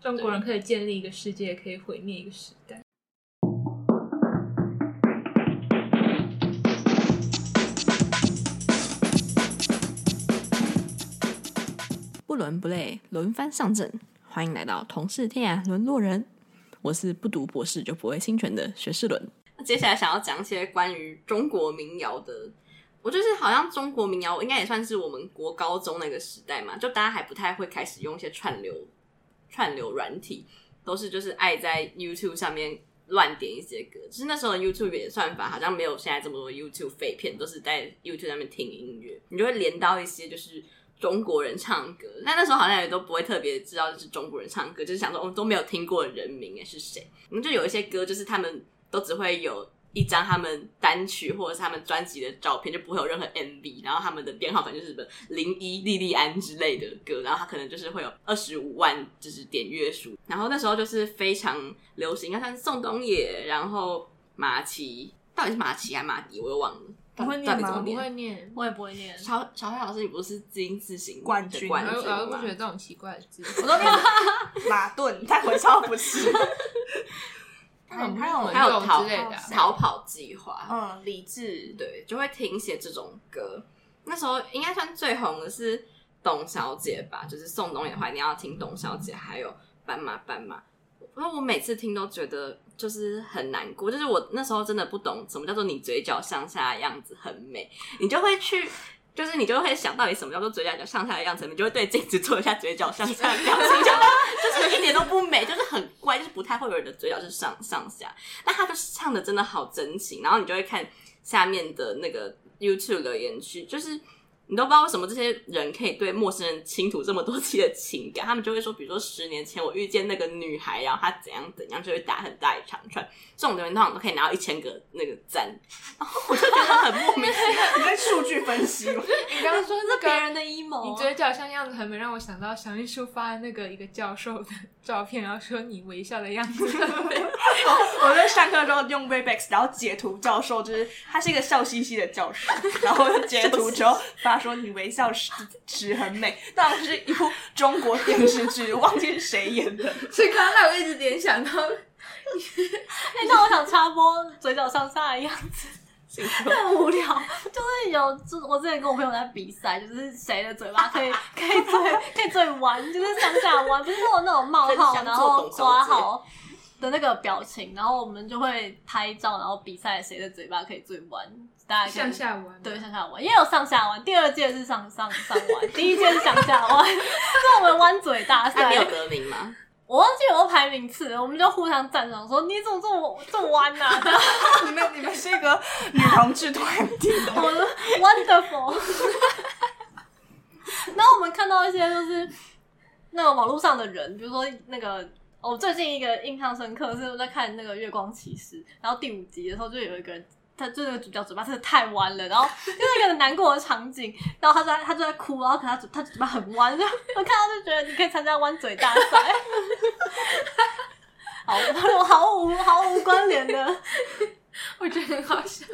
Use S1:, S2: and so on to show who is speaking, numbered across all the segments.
S1: 中国人可以建立一个世界，也可以毁灭一个时代。
S2: 不伦不类，轮番上阵。欢迎来到同是天涯沦落人，我是不读博士就不会侵权的学士伦。那接下来想要讲一些关于中国民谣的，我就是好像中国民谣应该也算是我们国高中那个时代嘛，就大家还不太会开始用一些串流串流软体，都是就是爱在 YouTube 上面乱点一些歌。就是那时候的 YouTube 也算法好像没有现在这么多 YouTube 废片，都是在 YouTube 上面听音乐，你就会连到一些就是。中国人唱歌，那那时候好像也都不会特别知道就是中国人唱歌，就是想说我、哦、都没有听过人名哎是谁，我们就有一些歌就是他们都只会有一张他们单曲或者是他们专辑的照片，就不会有任何 MV，然后他们的编号可能就是什么零一、莉莉安之类的歌，然后他可能就是会有二十五万就是点阅数，然后那时候就是非常流行，应该算是宋冬野，然后马奇，到底是马奇还是马迪，我又忘了，
S1: 不会
S2: 到
S1: 念
S2: 底怎
S1: 吗？
S2: 么
S1: 不
S2: 念？
S1: 会念，我也不会念。
S2: 小小黑老师，你不是字音字形
S3: 冠
S2: 的
S3: 军
S2: 冠
S1: 我
S2: 军
S1: 我不
S2: 吗
S1: 觉得这种奇怪的字，
S3: 我都 念马顿，但我超不是。
S1: 还有还运
S3: 还有
S2: 还有
S1: 动
S2: 逃
S1: 之类 的啊
S2: 逃跑计划，
S3: 嗯，理智
S2: 对，就会听写这种歌。那时候应该算最红的是董小姐吧，就是宋冬野的话，一定要听董小姐，还有斑马斑马。因为我每次听都觉得就是很难过，就是我那时候真的不懂什么叫做你嘴角向下的样子很美，你就会去。就是你就会想到底什么叫做嘴角向下的样子，你就会对镜子做一下嘴角向下的样子，你就会 就是一点都不美，就是很怪，就是不太会有人的嘴角是上上下。但他就是唱的真的好真情，然后你就会看下面的那个 YouTube 留言区，就是你都不知道为什么这些人可以对陌生人倾吐这么多自己的情感，他们就会说，比如说十年前我遇见那个女孩，然后她怎样怎样，就会打很大一长串。这种留言通常都可以拿到一千个那个赞，然后我就觉得很莫名其妙。
S3: 你跟数据分析 吗？
S1: 你刚刚说那
S4: 别
S1: 个
S4: 人的 emo，
S1: 你嘴角像样子，很没让我想到小秘书发的那个一个教授的照片，然后说你微笑的样子。
S3: 我在上课的时候用 Webex，然后截图教授，就是他是一个笑嘻嘻的教授，然后截图之后发说你微笑时时很美，当然是一部中国电视剧，忘记是谁演的。
S1: 所以刚刚让我一直联想到，
S4: 哎、那我想插播嘴角上下的样子， 太无聊。就是有，就是我之前跟我朋友在比赛，就是谁的嘴巴可以可以最可以最弯，就是上下弯，不是会有那种冒号，
S2: 很想
S4: 然
S2: 做
S4: 后
S2: 董小姐
S4: 挂号的那个表情，然后我们就会拍照，然后比赛谁的嘴巴可以最弯，大家
S1: 向。下弯，
S4: 对，向下弯，也有上下弯。第二届是上上上弯， 第一届是向下弯， 是我们弯嘴大
S2: 那
S4: 赛
S2: 你。有得名吗？
S4: 我忘记有没有排名次，我们就互相赞赏说：“你怎么这么这么弯呐、啊？”这样
S3: 你们你们是一个女同志团体
S4: 我们 wonderful。然后我们看到一些就是那个网络上的人，比如说那个我、最近一个印象深刻是我在看那个《月光骑士》，然后第五集的时候就有一个人。他就那个主角嘴巴真的太弯了，然后就那个难过的场景，然后他就在他就在哭，然后可他嘴他嘴巴很弯，就我看到就觉得你可以参加弯嘴 大赛，好我毫无毫无关联的，
S1: 我觉得很好笑。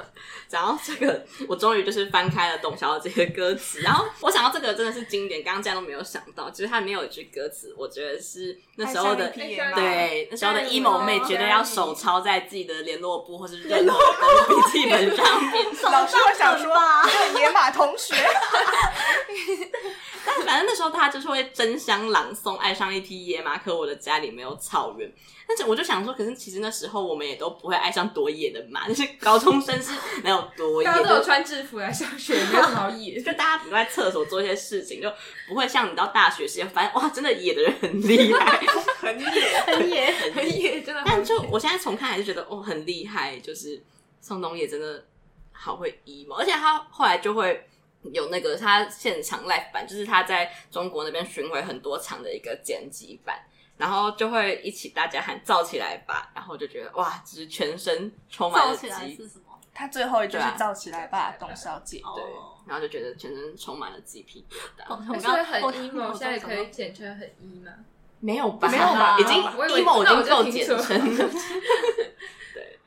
S2: 然后这个，我终于就是翻开了董小姐的歌词，然后我想到这个真的是经典，刚刚这样都没有想到，就是它里面有一句歌词，我觉得是 那时候的
S3: 爱上一匹野马
S2: 对，那时候的 emo 妹绝对要手抄在自己的联络簿或是任何的笔记本上面。
S3: 老师，我想说，这个野马同学，
S2: 但反正那时候他就是会争相朗诵《爱上一匹野马》，可我的家里没有草原。但是我就想说，可是其实那时候我们也都不会爱上多野的马，就是高中生是能有多野
S1: 大家都有
S2: 的。
S1: 穿制服来上学，没有什么好 野
S2: 就大家不在厕所做一些事情，就不会像你到大学时间，发现哇，真的野的人很厉 害。
S3: 很野，
S4: 很野。
S1: 很野，真的很野。
S2: 但就我现在重看还是觉得哦很厉害，就是宋冬野真的好会 emo，而且他后来就会有那个他现场 live 版，就是他在中国那边巡回很多场的一个剪辑版。然后就会一起大家喊“燥起来吧”，然后我就觉得哇，就是全身充满
S4: 造
S2: 了
S4: 起来
S2: 鸡
S4: 是什么？
S3: 他最后一句
S2: 对
S3: 是
S2: 啊
S3: “造起来吧，董小姐
S2: 对
S4: 哦，
S2: 然后就觉得全身充满了鸡皮疙瘩。
S4: 哦
S1: 而
S4: 我
S1: 且
S4: 刚
S1: 哎很
S4: 我
S1: emo，
S4: 我
S1: 现在也
S4: 想
S1: 可以
S4: 到
S1: 简称很 emo 吗？
S2: 没有吧？
S3: 没有吧
S2: 已经
S1: 我以为
S2: emo
S1: 那我
S2: 已经
S1: 就
S2: 够
S1: 听
S2: 简
S1: 错
S2: 称了。对，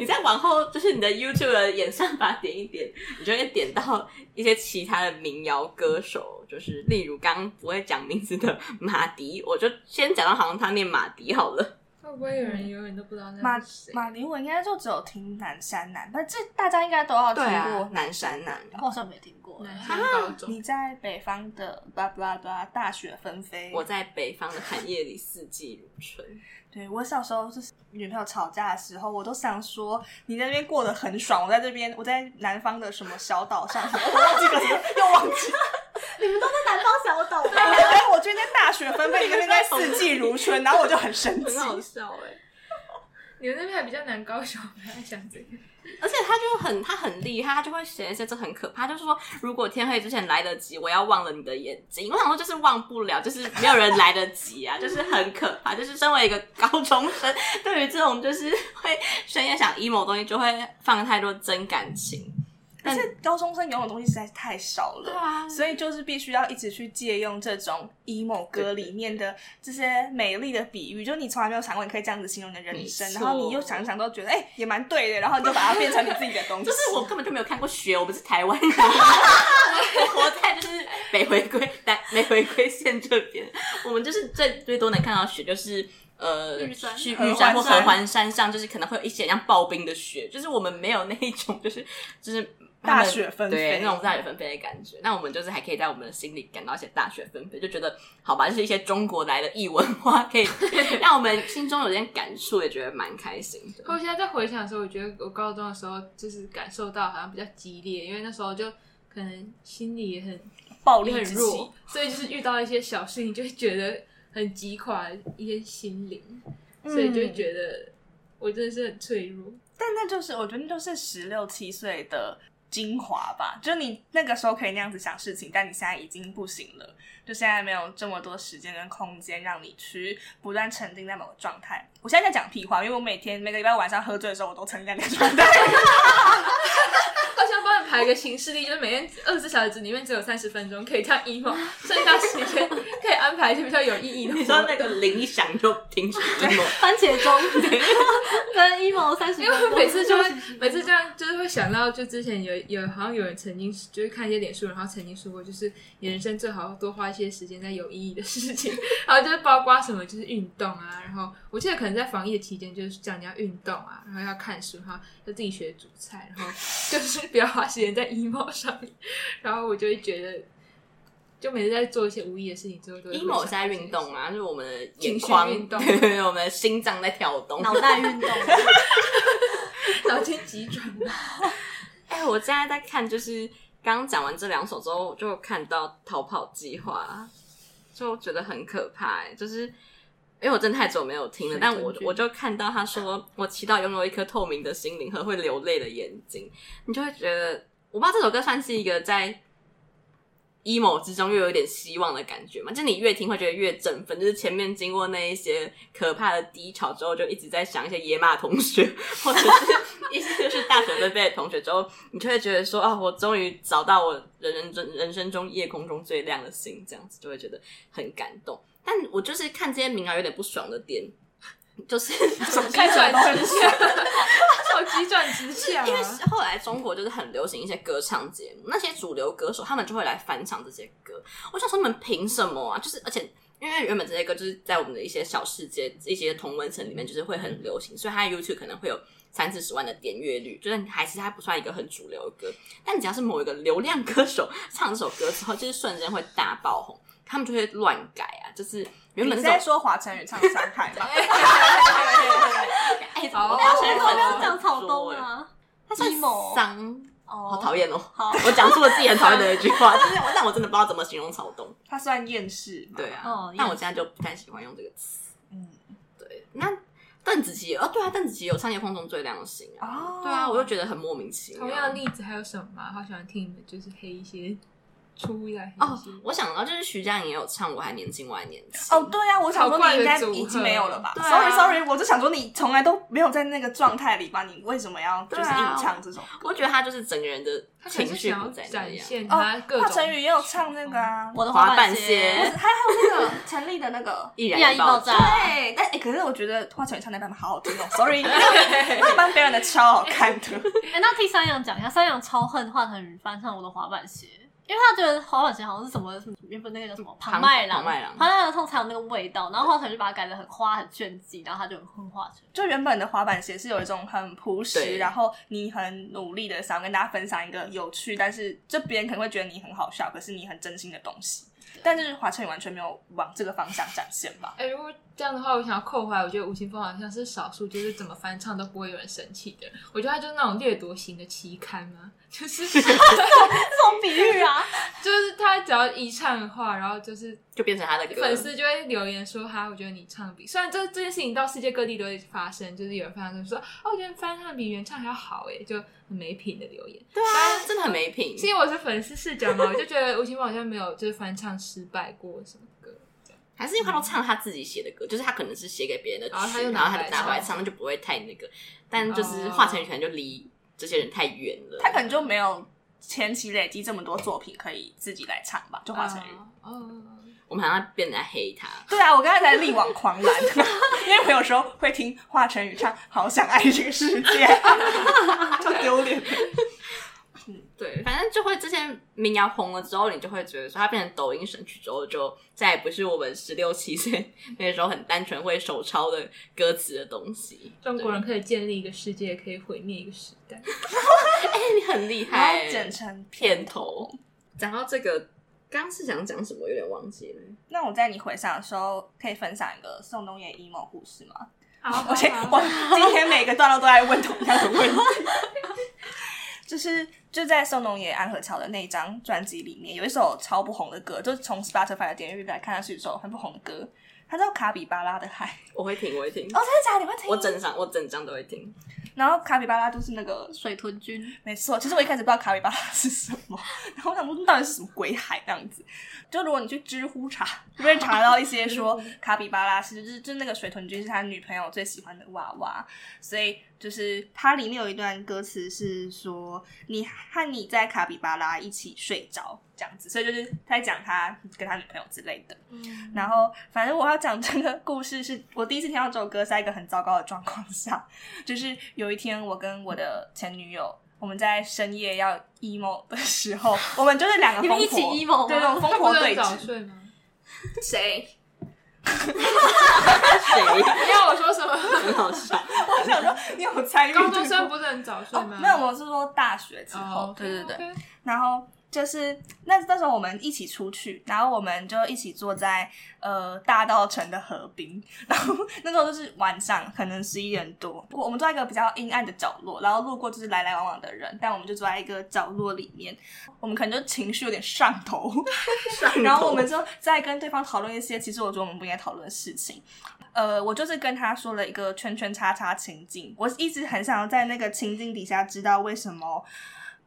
S2: 你再往后，就是你的 YouTube 的演算法点一点，你就会点到一些其他的民谣歌手，就是例如刚刚不会讲名字的马迪，我就先讲到好像他念马迪好了。
S1: 会不会有人永远都不知道那
S3: 马
S1: 是谁？
S3: 马林，我应该就只有听南山南，但这大家应该都要听过。
S2: 南山南，
S4: 我好像没听过。欸
S1: 南山高中，
S3: 你在北方的巴拉巴拉大雪纷飞，
S2: 我在北方的寒夜里四季如春。
S3: 对我小时候就是女朋友吵架的时候，我都想说你在那边过得很爽，我在这边我在南方的什么小岛 上，我忘记了又忘记了，
S4: 你们都在南方小 岛吗？
S3: 然后我这边在大雪纷飞，你那边在四季如春，然后我就很生气
S2: 很。好笑哎、
S1: 你们那边还比较难高雄， 不要讲这个。
S2: 而且他就很他很厉害，他就会写一些这很可怕，就是说如果天黑之前来得及，我要忘了你的眼睛。我想说就是忘不了，就是没有人来得及啊，就是很可怕。就是身为一个高中生， 对于这种就是会深夜想 emo 的东西，就会放太多真感情。
S3: 但是高中生拥有的东西实在是太少了，
S2: 啊
S3: 所以就是必须要一直去借用这种 emo 歌里面的这些美丽的比喻，就你从来没有想过你可以这样子形容你的人生，
S2: 没
S3: 然
S2: 错
S3: 后你又想一想都觉得哎、也蛮对的，然后你就把它变成你自己的东西。
S2: 就是我根本就没有看过雪，我不是 台湾人，我活在就是北回归南北回归线这边，我们就是最最多能看到雪就是。呃，
S4: 玉山
S2: 去
S3: 合
S2: 玉山
S3: 欢
S2: 或合
S3: 山
S2: 欢山上，就是可能会有一些像刨冰的雪，就是我们没有那一种，就是 就是
S3: 大
S2: 他们
S3: 雪纷飞
S2: 对那种大雪纷飞的感觉。那我们就是还可以在我们的心里感到一些大雪纷飞，就觉得好吧，就是一些中国来的异文化， 可以让我们心中有点感触，也觉得蛮开心的。
S1: 我现在在回想的时候，我觉得我高中的时候就是感受到好像比较激烈，因为那时候就可能心里也很
S3: 暴
S1: 也
S3: 力
S1: 很
S3: 之极
S1: 弱，，所以就是遇到一些小事情就会觉得很击垮一些心灵，所以就会觉得我真的是很脆弱。
S3: 但那就是我觉得那就是十六七岁的精华吧，就是你那个时候可以那样子想事情，但你现在已经不行了，就现在没有这么多时间跟空间让你去不断沉浸在某个状态。我现在在讲屁话，因为我每天每个礼拜晚上喝醉的时候，我都沉浸在那个状态。
S1: 我想帮你排个行事历，就是每天二十四小时里面只有三十分钟可以看 emo，剩 下时间可以安排一些比较有意义的活动。
S2: 你说那个铃一响就停止 emo，
S4: 番茄钟 跟 emo 三 十，
S1: 因为每次就 会每次这样，就是会想到，就之前有有好像有人曾经就是看一些脸书，然后曾经说过，就是你人生最好多花一些时间在有意义的事情， 然后就是包括什么就是运动啊，然后我记得可能在防疫的期间就是讲你要运动啊，然后要看书，然后要自己学煮菜，然后就是不要花时间在 emo 上面，然后我就会觉得。就每次在做一些无意义的事情之后，都会
S2: emo 是在 运动啊，就是我们的眼
S1: 情绪
S2: 眶，
S1: 运动
S2: 对对对，我们的心脏在跳动。
S4: 脑袋运动，
S1: 脑筋急转弯。
S2: 哎、我现在在看，就是刚刚讲完这两首之后，我就看到《逃跑计划》，就觉得很可怕、哎就是因为我真的太久没有听了，
S1: 水
S2: 但
S1: 豚
S2: 我
S1: 君
S2: 我就看到他说：“我祈祷拥有一颗透明的心灵和会流泪的眼睛。”你就会觉得，我不知道这首歌算是一个在 emo 之中又有一点希望的感觉嘛？就你越听会觉得越振奋，就是前面经过那一些可怕的低潮之后，就一直在想一些野马同学，或者是 一些就是大学 分贝的同学之后，你就会觉得说啊，我终于找到我人人中人生中夜空中最亮的星，这样子就会觉得很感动。但我就是看这些名儿有点不爽的点，就是
S1: 看
S3: 起来都很
S1: 直下，手机转直下、啊
S2: 因为后来中国就是很流行一些歌唱节目，那些主流歌手他们就会来翻唱这些歌。我想说，你们凭什么啊？就是而且。因为原本这些歌就是在我们的一些小世界、一些同温层里面，就是会很流行，所以它 YouTube 可能会有三四十万的点阅率，就是还是它不算一个很主流的歌。但只要是某一个流量歌手唱这首歌之后，就是瞬间会大爆红，他们就会乱改啊，就是原
S3: 你
S2: 本
S3: 是
S2: 这
S3: 在
S2: 种
S3: 说华晨宇唱《伤害》吗？
S2: 哎，怎
S1: 哦
S2: 么
S1: 哎
S2: 花
S4: 我
S2: 生粉
S4: 们怎么没有讲草东啊？
S2: 他算
S4: emo
S2: 伤，
S4: 哦
S2: 好讨厌哦！
S4: 好
S2: 我讲出了自己很讨厌的一句话， 就是我但我真的不知道怎么形容草东。
S3: 他算厌世嘛？
S2: 对啊，
S4: 哦
S2: 但我现在就不太喜欢用这个词。
S3: 嗯，
S2: 对，那邓紫棋哦，对啊，邓紫棋有唱《夜空中最亮的星》
S3: 哦
S2: 啊，对啊，我就觉得很莫名 其妙
S1: 同。样的例子还有什么吗？好喜欢听你们就是黑一些出来黑一
S2: 哦
S1: 些，
S2: 我想到就是徐佳莹也有唱《我还年轻，我还年轻》
S3: 哦，，对啊，我想说
S1: 好怪
S3: 你
S1: 的
S3: 应该
S1: 组合
S3: 已经没有了吧
S2: 对啊
S3: ？Sorry Sorry，我就想说你从来都没有在那个状态里吧？你为什么要就是
S2: 对啊
S3: 硬唱这首歌？
S2: 我觉得她就是整个人的
S1: 他可能
S2: 情
S1: 是
S2: 绪
S1: 想
S2: 不
S1: 要
S2: 在那
S1: 展
S2: 样。
S1: 现他
S3: 哦
S1: 各，种。
S3: 华晨宇也有唱那个啊，
S4: 我的
S2: 滑
S4: 滑
S2: 板
S4: 鞋
S2: 鞋，
S3: 还有那个陈立的那个
S2: 依
S4: 依然
S2: 然
S4: 一
S2: 爆
S4: 爆
S2: 炸
S4: 炸，
S3: 对，但哎、可是我觉得花桥演唱那版本好好听哦，sorry，那 版非常的超好看的。
S4: 哎、那替三阳讲一下，三阳超恨华晨宇翻唱我的滑板鞋，因为他觉得滑板鞋好像是什么什么原本那个叫什么
S2: 庞
S4: 麦郎，
S2: 庞麦郎
S4: 庞麦郎通常有那个味道，然后华晨宇就把它改的很花很炫技，然后他就很恨华晨宇。
S3: 就原本的滑板鞋是有一种很朴实，
S2: 对
S3: 然后你很努力的想要跟大家分享一个有趣，但是就别人可能会觉得你很好笑，可是你很真心的东西。但是华晨宇完全没有往这个方向展现吧？
S1: 哎、如果这样的话，我想要扣回来，我觉得吴青峰好像是少数，就是怎么翻唱都不会有人生气的。我觉得他就是那种掠夺型的期刊嘛， 就是
S4: 这种比喻啊，
S1: 就是他只要一唱的话，然后就是
S2: 就变成他的歌。
S1: 粉丝就会留言说他，我觉得你唱的比虽然这这件事情到世界各地都会发生，就是有人翻唱就说，哦，我觉得翻唱比原唱还要好，哎，就很没品的留言。
S2: 对啊，真的很没品。
S1: 是因为我是粉丝视角嘛，我就觉得吴青峰好像没有就是翻唱失败过什么歌。
S2: 还是因为他都唱他自己写的歌，就是他可能是写给别人的曲，
S1: 然后他又
S2: 然后他
S1: 拿回来
S2: 就拿回来唱，那就不会太那个。但就是华晨宇可能就离这些人太远了，
S3: 他可能就没有前期累积这么多作品可以自己来唱吧，就 华晨宇。
S1: 哦哦，
S2: 我们好像变得在黑他。
S3: 对啊，我刚才才力挽狂澜， 因为我有时候会听华晨宇唱《好想爱这个世 界》，超丢脸的。
S1: 对，
S2: 反正就会这些民谣红了之后，你就会觉得说它变成抖音神曲之后，就再也不是我们十六七岁那个时候很单纯会手抄的歌词的东西。
S1: 中国人可以建立一个世界，也可以毁灭一个时代。
S2: 对，哎、你很厉
S3: 然
S2: 害、
S3: 后剪成
S2: 片头。讲到这个，刚刚是想讲什么，有点忘记了。
S3: 那我在你回想的时候，可以分享一个宋冬野 emo 故事吗？
S1: 好，
S3: 我先，
S1: 好
S3: 我今天每个段落都在问同样的问题。就是就在宋冬野安和桥的那一张专辑里面，有一首超不红的歌，就是从 Spotify 的点阅率来看，它是一首很不红的歌，它叫《卡比巴拉的海》。
S2: 我会听，我会听，
S3: 哦，真的假的？你会听？
S2: 我整张我整张都会听。
S3: 然后卡比巴拉就是那个
S4: 水豚君，
S3: 没错，其实我一开始不知道卡比巴拉是什么，然后我想说到底是什么鬼海这样子。就如果你去知乎查，就会查到一 些说卡比巴拉是就是就是那个水豚君是他女朋友最喜欢的娃娃，所以就是它里面有一段歌词是说你和你在卡比巴拉一起睡着这样子，所以就是他在讲他跟他女朋友之类的。
S1: 嗯
S3: 然后，反正我要讲这个故事是，我第一次听到这首歌是在一个很糟糕的状况下，就是有一天我跟我的前女友，我们在深夜要 emo 的时候，我们就是两个
S4: 你
S3: 疯
S4: 们
S3: 婆，
S4: 一起 emo 吗
S3: 对，那种
S1: 他
S3: 疯
S1: 不
S3: 婆
S1: 是很
S3: 对
S1: 早
S3: 峙。
S1: 睡吗？
S3: 谁？
S2: 谁？
S1: 你要我说什么？
S2: 很好笑。
S3: 我想说，你有参与这个
S1: 高中生不是很早睡
S3: 哦
S1: 吗？
S3: 没有，我是说大学之后
S1: 哦，，
S2: 对对对
S1: OK，OK，
S3: 然后就是那那时候我们一起出去，然后我们就一起坐在呃大道城的河滨，然后那时候就是晚上，可能十一点多，我我们坐在一个比较阴暗的角落，然后路过就是来来往往的人，但我们就坐在一个角落里面，我们可能就情绪有点上头， 然后我们就在跟对方讨论一些其实我觉得我们不应该讨论的事情。呃，我就是跟他说了一个圈圈叉叉情境，我一直很想要在那个情境底下知道为什么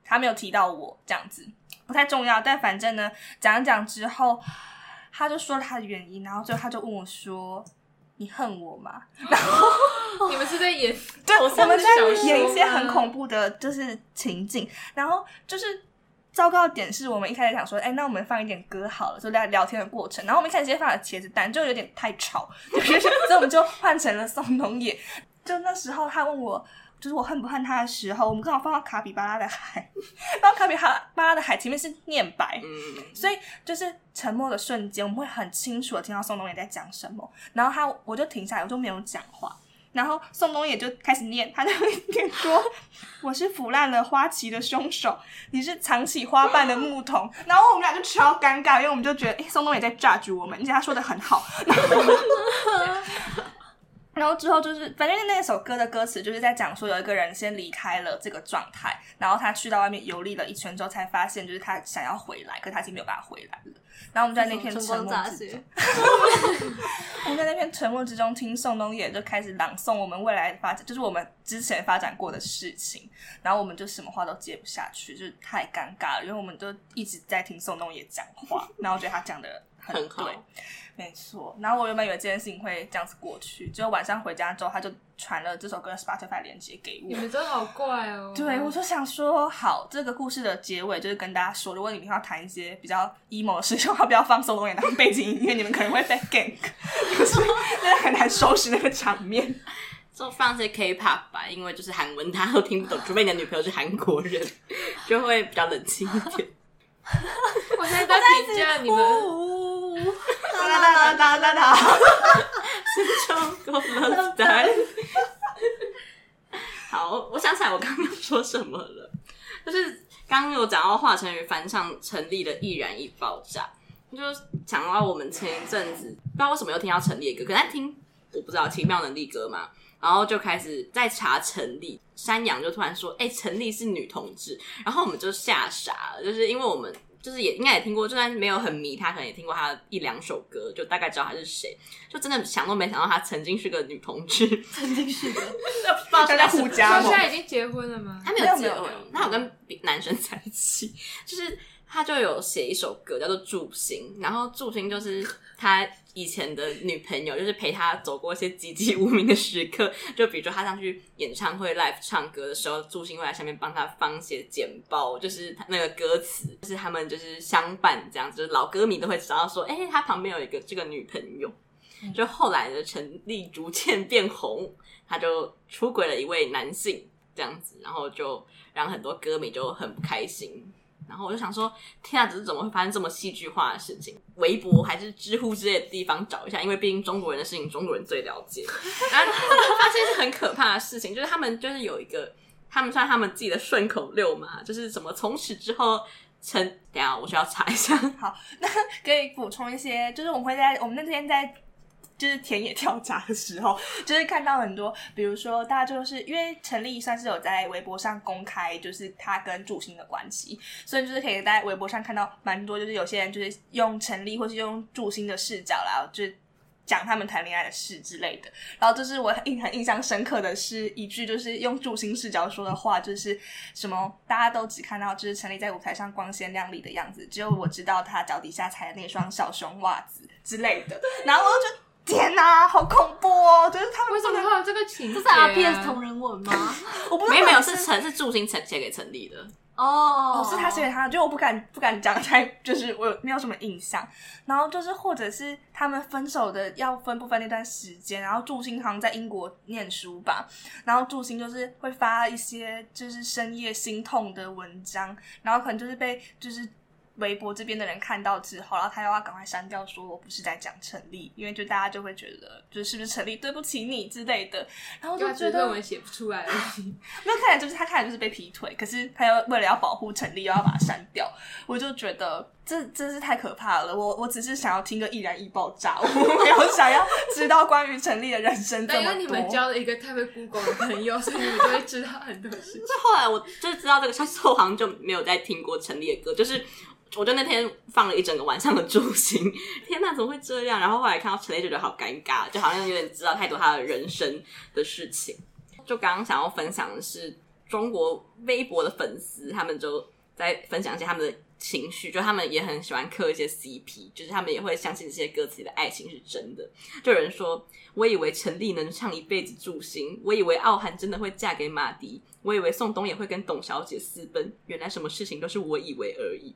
S3: 他没有提到我这样子，不太重要。但反正呢，讲一讲之后，他就说了他的原因，然后最后他就问我说：“你恨我吗？”
S1: 你们是在演
S3: 对，我
S1: 我
S3: 们在
S1: 小时
S3: 演一
S1: 候
S3: 些
S1: 吗
S3: 很恐怖的，就是情境，然后就是。糟糕的点是我们一开始想说，哎、那我们放一点歌好了，就聊聊天的过程。然后我们一开始先放了茄子蛋，就有点太吵， 就是所以我们就换成了宋冬野。就那时候他问我，就是我恨不恨他的时候，我们刚好放到卡比巴拉的海，然后卡比哈巴拉的海前面是念白，
S2: 嗯，
S3: 所以就是沉默的瞬间，我们会很清楚的听到宋冬野在讲什么。然后他我就停下来，我就没有讲话。然后宋冬野就开始念，他就念说：“我是腐烂了花旗的凶手，你是藏起花瓣的牧童。”然后我们俩就超尴尬，因为我们就觉得， 哎，宋冬野在榨取我们，而且他说的很好。 然后然后之后就是，反正那首歌的歌词就是在讲说，有一个人先离开了这个状态，然后他去到外面游历了一圈之后，才发现就是他想要回来，可他已经没有办法回来了。然后我们在那片
S4: 春
S3: 沉
S4: 光
S3: 默
S4: 乍
S3: 之中
S4: 泄，，
S3: 我们在那片沉默之中听宋冬野就开始朗诵我们未来的发展，就是我们之前发展过的事情，然后我们就什么话都接不下去，就是太尴尬了，因为我们都一直在听宋冬野讲话，然后我觉得他讲的
S2: 很好
S3: 对，没错。然后我原本以为这件事情会这样子过去，结果晚上回家之后，他就传了这首歌的 Spotify 链接给
S1: 你
S3: 我。
S1: 们真的好怪哦。
S3: 对，我就想说，好，这个故事的结尾就是跟大家说，如果你们要谈一些比较 emo 的事情，的话，不要放松东西当背景音乐，你们可能会被 gank，就是 真的很难收拾那个场 面。
S2: 就放一些 K-pop 吧，因为就是韩文大家都听不懂，除非你的女朋友是韩国人，就会比较冷清一点。
S1: 我现在在评价你们，
S4: 呜，
S3: 哒哒哒哒哒哒。
S2: 就够了，对。好，我想起来我刚刚说什么了，就是刚刚有讲到华晨宇翻唱成立的《易燃易爆炸》，就是讲到我们前一阵子不知道为什么又听到陈立的歌，可能在听我不知道奇妙能力歌嘛，然后就开始在查陈立，山羊就突然说：“哎、陈立是女同志。”然后我们就吓傻了，就是因为我们就是也应该也听过，就算没有很迷他，可能也听过他一两首歌，就大概知道他是谁，就真的想都没想到他曾经是个女同志，
S4: 曾经是的，
S3: 大家互加
S1: 他
S3: 盟
S1: 现，在已经结婚了吗？
S2: 他没
S3: 没
S2: 有
S3: 有
S2: 结
S3: 没有
S2: 婚
S3: 没有，
S2: 他有跟别男生在一起， 就是他就有写一首歌叫做《祝星》，然后祝星就是他以前的女朋友，就是陪他走过一些籍籍无名的时刻，就比如说他上去演唱会 live 唱歌的时候，祝星会在下面帮他放一些简报，就是他那个歌词，就是他们就是相伴这样子，就是老歌迷都会知道说，哎、他旁边有一个这个女朋友。就后来的陈立逐渐变红，他就出轨了一位男性，这样子，然后就让很多歌迷就很不开心。然后我就想说，天啊，这是怎么会发生这么戏剧化的事情？微博还是知乎之类的地方找一下，因为毕竟中国人的事情，中国人最了解。 然后我发现是很可怕的事情，就是他们就是有一个，他们算他们自己的顺口溜嘛，就是什么从此之后陈，等一下我需要查一下，
S3: 可以补充一些，就是我们会在我们那天在就是田野调查的时候，就是看到很多，比如说大家就是因为陈立算是有在微博上公开，就是他跟祝星的关系，所以就是可以在微博上看到蛮多，就是有些人就是用陈立或是用祝星的视角啦，就是。讲他们谈恋爱的事之类的，然后就是我很印很印象深刻的是一句，就是用祝星视角说的话，就是什么大家都只看到就是陈立在舞台上光鲜亮丽的样子，只有我知道他脚底下踩的那双小熊袜子之类的，然后我就觉得天哪、好恐怖哦！就是他们
S1: 为什么会有这个情节、
S4: 这
S1: 啊？
S4: 是 RPS 同人文吗？
S3: 我不知道
S2: 没有没有是陈是祝星陈写给陈立的，
S4: 哦
S3: 哦，是他写给他，就我不敢不敢讲太，就是我有没有什么印象。然后就是或者是他们分手的要分不分那段时间，然后祝星好像在英国念书吧，然后祝星就是会发一些就是深夜心痛的文章，然后可能就是被就是。微博这边的人看到之后，然后他又要赶快删掉，说我不是在讲陈立，因为就大家就会觉得，就是是不是陈立对不起你之类的，然后
S1: 因为
S3: 就
S1: 他只
S3: 觉
S1: 是
S3: 得
S1: 论文写不出来而已。
S3: 那看起来就是他看起来就是被劈腿，可是他又为了要保护陈立，又要把他删掉，我就觉得这真是太可怕了。我我只是想要听个易燃易爆炸，我没有想要知道关于陈立的人生这
S1: 但因
S3: 么
S1: 为你们
S3: 多。
S1: 交了一个太会 Google 的朋友，所以你们就会知道很多事情。
S2: 那后来我就知道这个消息，我好像就没有再听过陈立的歌，就是。我就那天放了一整个晚上的祝星，天哪，怎么会这样？然后后来看到陈立就觉得好尴尬，就好像有点知道太多他的人生的事情。就刚刚想要分享的是中国微博的粉丝，他们就在分享一些他们的情绪，就他们也很喜欢磕一些 CP，就是他们也会相信这些歌词里的爱情是真的。就有人说我以为陈丽能唱一辈子祝星，我以为傲寒真的会嫁给马迪，我以为宋冬野会跟董小姐私奔，原来什么事情都是我以为而已。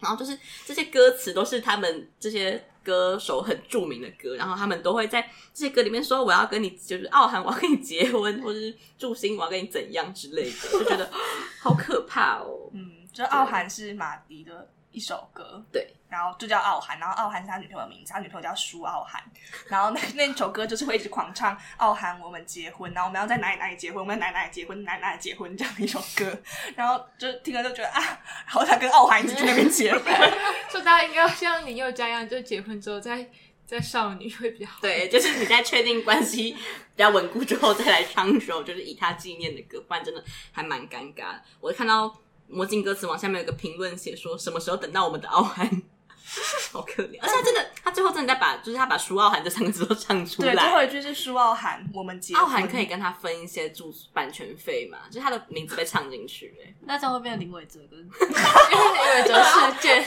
S2: 然后就是这些歌词都是他们这些歌手很著名的歌，然后他们都会在这些歌里面说我要跟你就是傲寒，我要跟你结婚，或是祝星我要跟你怎样之类的，就觉得 好可怕哦。
S3: 嗯，就傲寒是马迪的一首歌，
S2: 对，
S3: 然后就叫傲寒，然后傲寒是他女朋友的名字，他女朋友叫舒傲寒，然后那 那首歌就是会一直狂唱傲寒，我们结婚，然后我们要在哪里哪里结婚，我们在哪里哪里结婚，哪里哪里结婚这样一首歌， 然后就听了就觉得啊，好想跟傲寒一起去那边结婚。
S1: 所以大家应该要像林宥嘉一样，就结婚之后再 再少女会比较好。
S2: 对，就是你在确定关系比较稳固之后再来唱一首就是以他纪念的歌，不然真的还蛮尴尬的。我看到魔镜歌词网下面有个评论写说，什么时候等到我们的傲寒？ 好可怜。而且他真的，他最后真的在把，就是他把苏奥涵这三个字都唱 出
S3: 对，最
S2: 来。
S3: 后一句是苏傲寒，我们结婚
S2: 奥涵可以跟他分一些著版权费嘛？就是他的名字被唱进去、哎，
S4: 那这样会变成林伟哲 跟
S1: 因为就是
S4: 世界。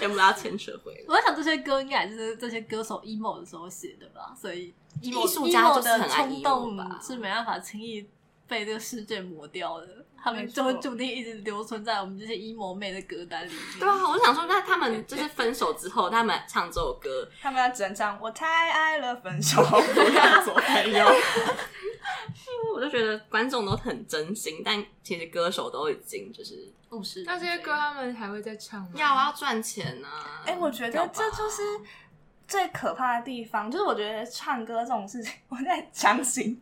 S2: 全部都要牵扯回来。
S4: 我在想这些歌应该也是这些歌手 emo 的时候写的吧，所以 emo
S2: 艺术家
S4: emo
S2: 就是很
S4: 的
S2: 爱
S4: 冲
S2: emo 吧
S4: 动是没办法轻易被这个世界抹掉的，他们就
S3: 没
S4: 会
S3: 错
S4: 注定一直留存在我们这些 emo 妹的歌单里面。
S2: 对啊，我想说，那他们就是分手之后，他们唱这首歌，
S3: 他们要只能唱我太爱了，分手 不要做朋友。
S2: 我就觉得观众都很真心，但其实歌手都已经就是
S4: 故事，
S1: 那这些歌啊他们还会再唱吗？
S2: 要啊赚钱啊。
S3: 哎、我觉
S2: 要
S3: 得
S2: 吧
S3: 这就是最可怕的地方，就是我觉得唱歌这种事情，我在强行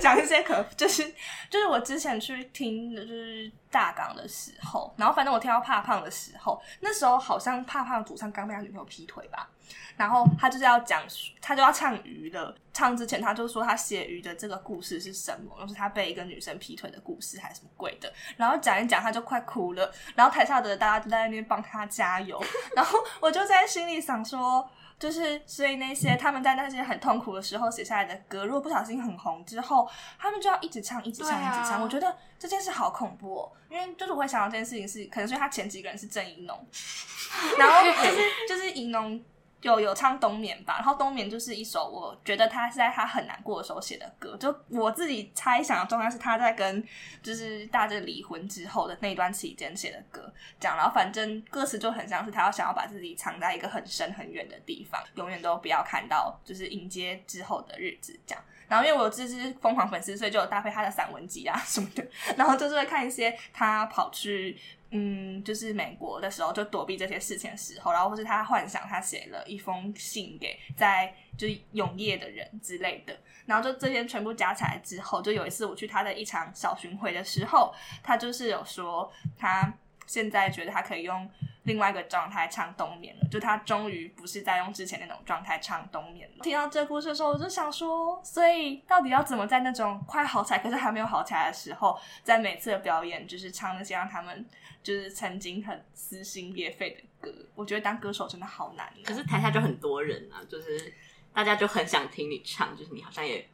S3: 讲一些可，就是就是我之前去听就是大港的时候，然后反正我听到怕胖的时候，那时候好像怕胖的主唱刚被他女朋友劈腿吧，然后他就是要讲，他就要唱娱乐。唱之前他就说他写娱的这个故事是什么，就是他被一个女生劈腿的故事还是什么鬼的，然后讲一讲他就快哭了，然后台下的大家就在那边帮他 加油，然后我就在心里想说。就是，所以那些他们在那些很痛苦的时候写下来的歌，如果不小心很红之后，他们就要一直唱，一直唱，
S1: 对啊
S3: 一直唱。我觉得这件事好恐怖哦，因为就是我会想到这件事情是，可能是因为他前几个人是郑怡农， 然后就是就是怡农有有唱《冬眠》吧，然后《冬眠》就是一首我觉得他是在他很难过的时候写的歌，就我自己猜想的状态是他在跟就是大正离婚之后的那一段期间写的歌，这样，然后反正歌词就很像是他要想要把自己藏在一个很深很远的地方，永远都不要看到，就是迎接之后的日子这样。然后因为我有这是疯狂粉丝，所以就有搭配他的散文集啊什么的，然后就是会看一些他跑去。嗯，就是美国的时候，就躲避这些事情的时候，然后或是他幻想他写了一封信给在就是永夜的人之类的，然后就这些全部加起来之后，就有一次我去他的一场小巡回的时候，他就是有说他现在觉得他可以用另外一个状态唱冬眠了，就他终于不是在用之前那种状态唱冬眠了。听到这故事的时候，我就想说，所以到底要怎么在那种快好起来可是还没有好起来的时候，在每次的表演就是唱那些让他们就是曾经很撕心裂肺的歌？我觉得当歌手真的好难、啊
S2: 可是台下就很多人啊，就是大家就很想听你唱，就是你好像也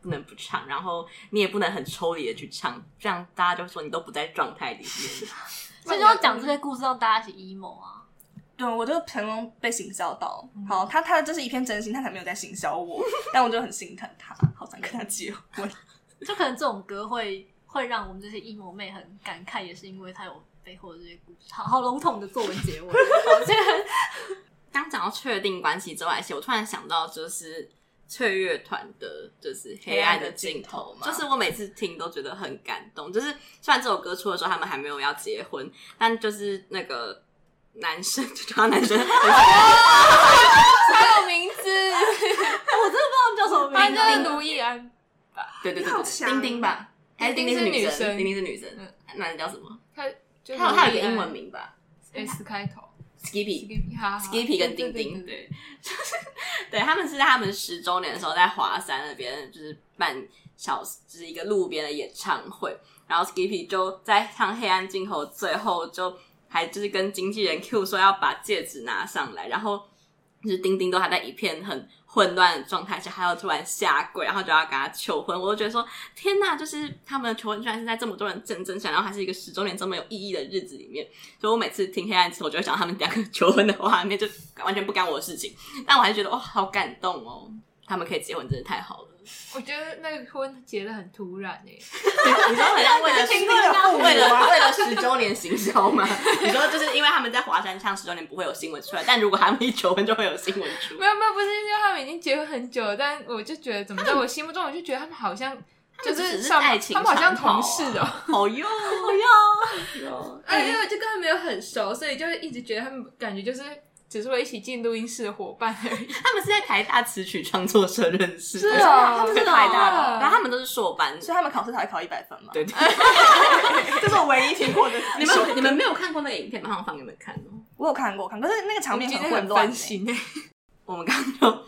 S2: 不能不唱，然后你也不能很抽离的去唱，这样大家就说你都不在状态里面。啊
S4: 所以就要讲 这些故事让大家一起 emo 啊。
S3: 对，我就成功被行销到。好，他他的这是一片真心，他才没有在行销我，但我就很心疼他，好想跟他结婚。
S4: 就可能这种歌会会让我们这些 emo 妹很感慨，也是因为它有背后的这些故事。好好笼统的作为结尾，好这个
S2: 刚讲到确定关系之外，我突然想到就是翠乐团的，就是《黑暗的尽头》嘛，
S3: 黑暗的尽头嘛
S2: 就是我每次听都觉得很感动。就是虽然这首歌出的时候他们还没有要结婚，但就是那个男生， 就叫他男生，
S1: 他有名字，
S4: 他们叫什么
S1: 他
S4: 名字？
S1: 叫卢易安，
S2: 对对对
S3: 你好
S2: 对，
S3: 强
S2: 丁丁吧，还是丁是
S1: 丁丁是女
S2: 生？
S1: 生
S2: 丁丁是女生
S1: 嗯，
S2: 男的叫什么？
S1: 他就
S2: 他有他有一个英文名吧
S1: ，S 开头
S2: ，Skippy。
S1: 哈哈
S2: Skippy 跟丁丁，
S1: 对对对
S2: 对， 对，他们是在他们十周年的时候，在华山那边就是办小，就是一个路边的演唱会，然后 Skippy 就在唱《黑暗镜头》，最后就还就是跟经纪人 Q 说要把戒指拿上来，然后就是丁丁都还在一片很混乱的状态下，他又突然下跪，然后就要跟他求婚，我就觉得说天呐，就是他们的求婚居然是在这么多人真真想，然后还是一个十周年这么有意义的日子里面，所以我每次听《黑暗镜头》，我就会想到他们两个求婚的画面，就完全不干我的事情，但我还是觉得哇，好感动哦，他们可以结婚真是太好了。
S1: 我觉得那个婚结的很突然欸诶，
S2: 你说好像为了
S3: 听过了父母啊
S2: 为了为了十周年行销 吗？你说就是因为他们在华山唱十周年不会有新闻出来，但如果他们一求婚就会有新闻出
S1: 没。有没有，不是因为他们已经结婚很久了，但我就觉得怎么 在我心目中，我就觉得他们好像就
S2: 他们只是
S1: 上
S2: 爱情
S1: 他们好像
S2: 长跑啊
S1: 同事 哦，
S2: 好哟，好哟，
S1: 啊，因为我就跟他们没有很熟，所以就一直觉得他们感觉就是只是会一起进录音室的伙伴而已。
S2: 他们是在台大词曲创作社认识的，
S1: 是 啊
S2: 他们是
S1: 是啊
S2: 台大的，然后他们都是硕班。
S3: 所以他们考试才会考一百分嘛。
S2: 对对，
S3: 这是我唯一听过的一首。
S2: 你们你们没有看过那个影片吗？我放给你们看哦。
S3: 我有看过，我看过，可是那个场 面
S1: 今天
S3: 混
S1: 很
S3: 乱、
S1: 分
S3: 欸。
S1: 心诶，
S2: 我们刚刚就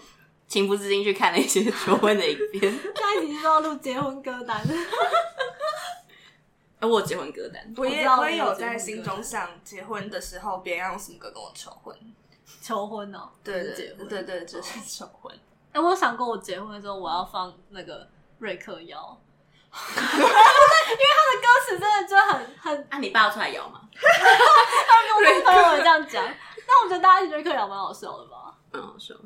S2: 情不自禁去看了一些 求婚的影片，
S4: 下一集就要录结婚歌单。
S2: 哎，我有结婚歌单，
S3: 我也
S4: 知道
S3: 我也
S4: 你有
S3: 有
S4: 结
S3: 在
S4: 婚
S3: 心
S4: 过
S3: 中想结婚的时候，别让什么哥跟我求婚。
S4: 求婚哦，
S3: 对
S4: 就是
S3: 对
S4: 结婚。
S3: 对对，就是求婚。
S4: 哎、我有想过我结婚的时候我要放那个瑞克摇， 因为他的歌词真的就很很
S2: 啊，你爸要出来摇吗？
S4: 很多朋友这样讲，但我觉得大家觉得瑞克摇蛮好笑的吧？
S2: 嗯，是，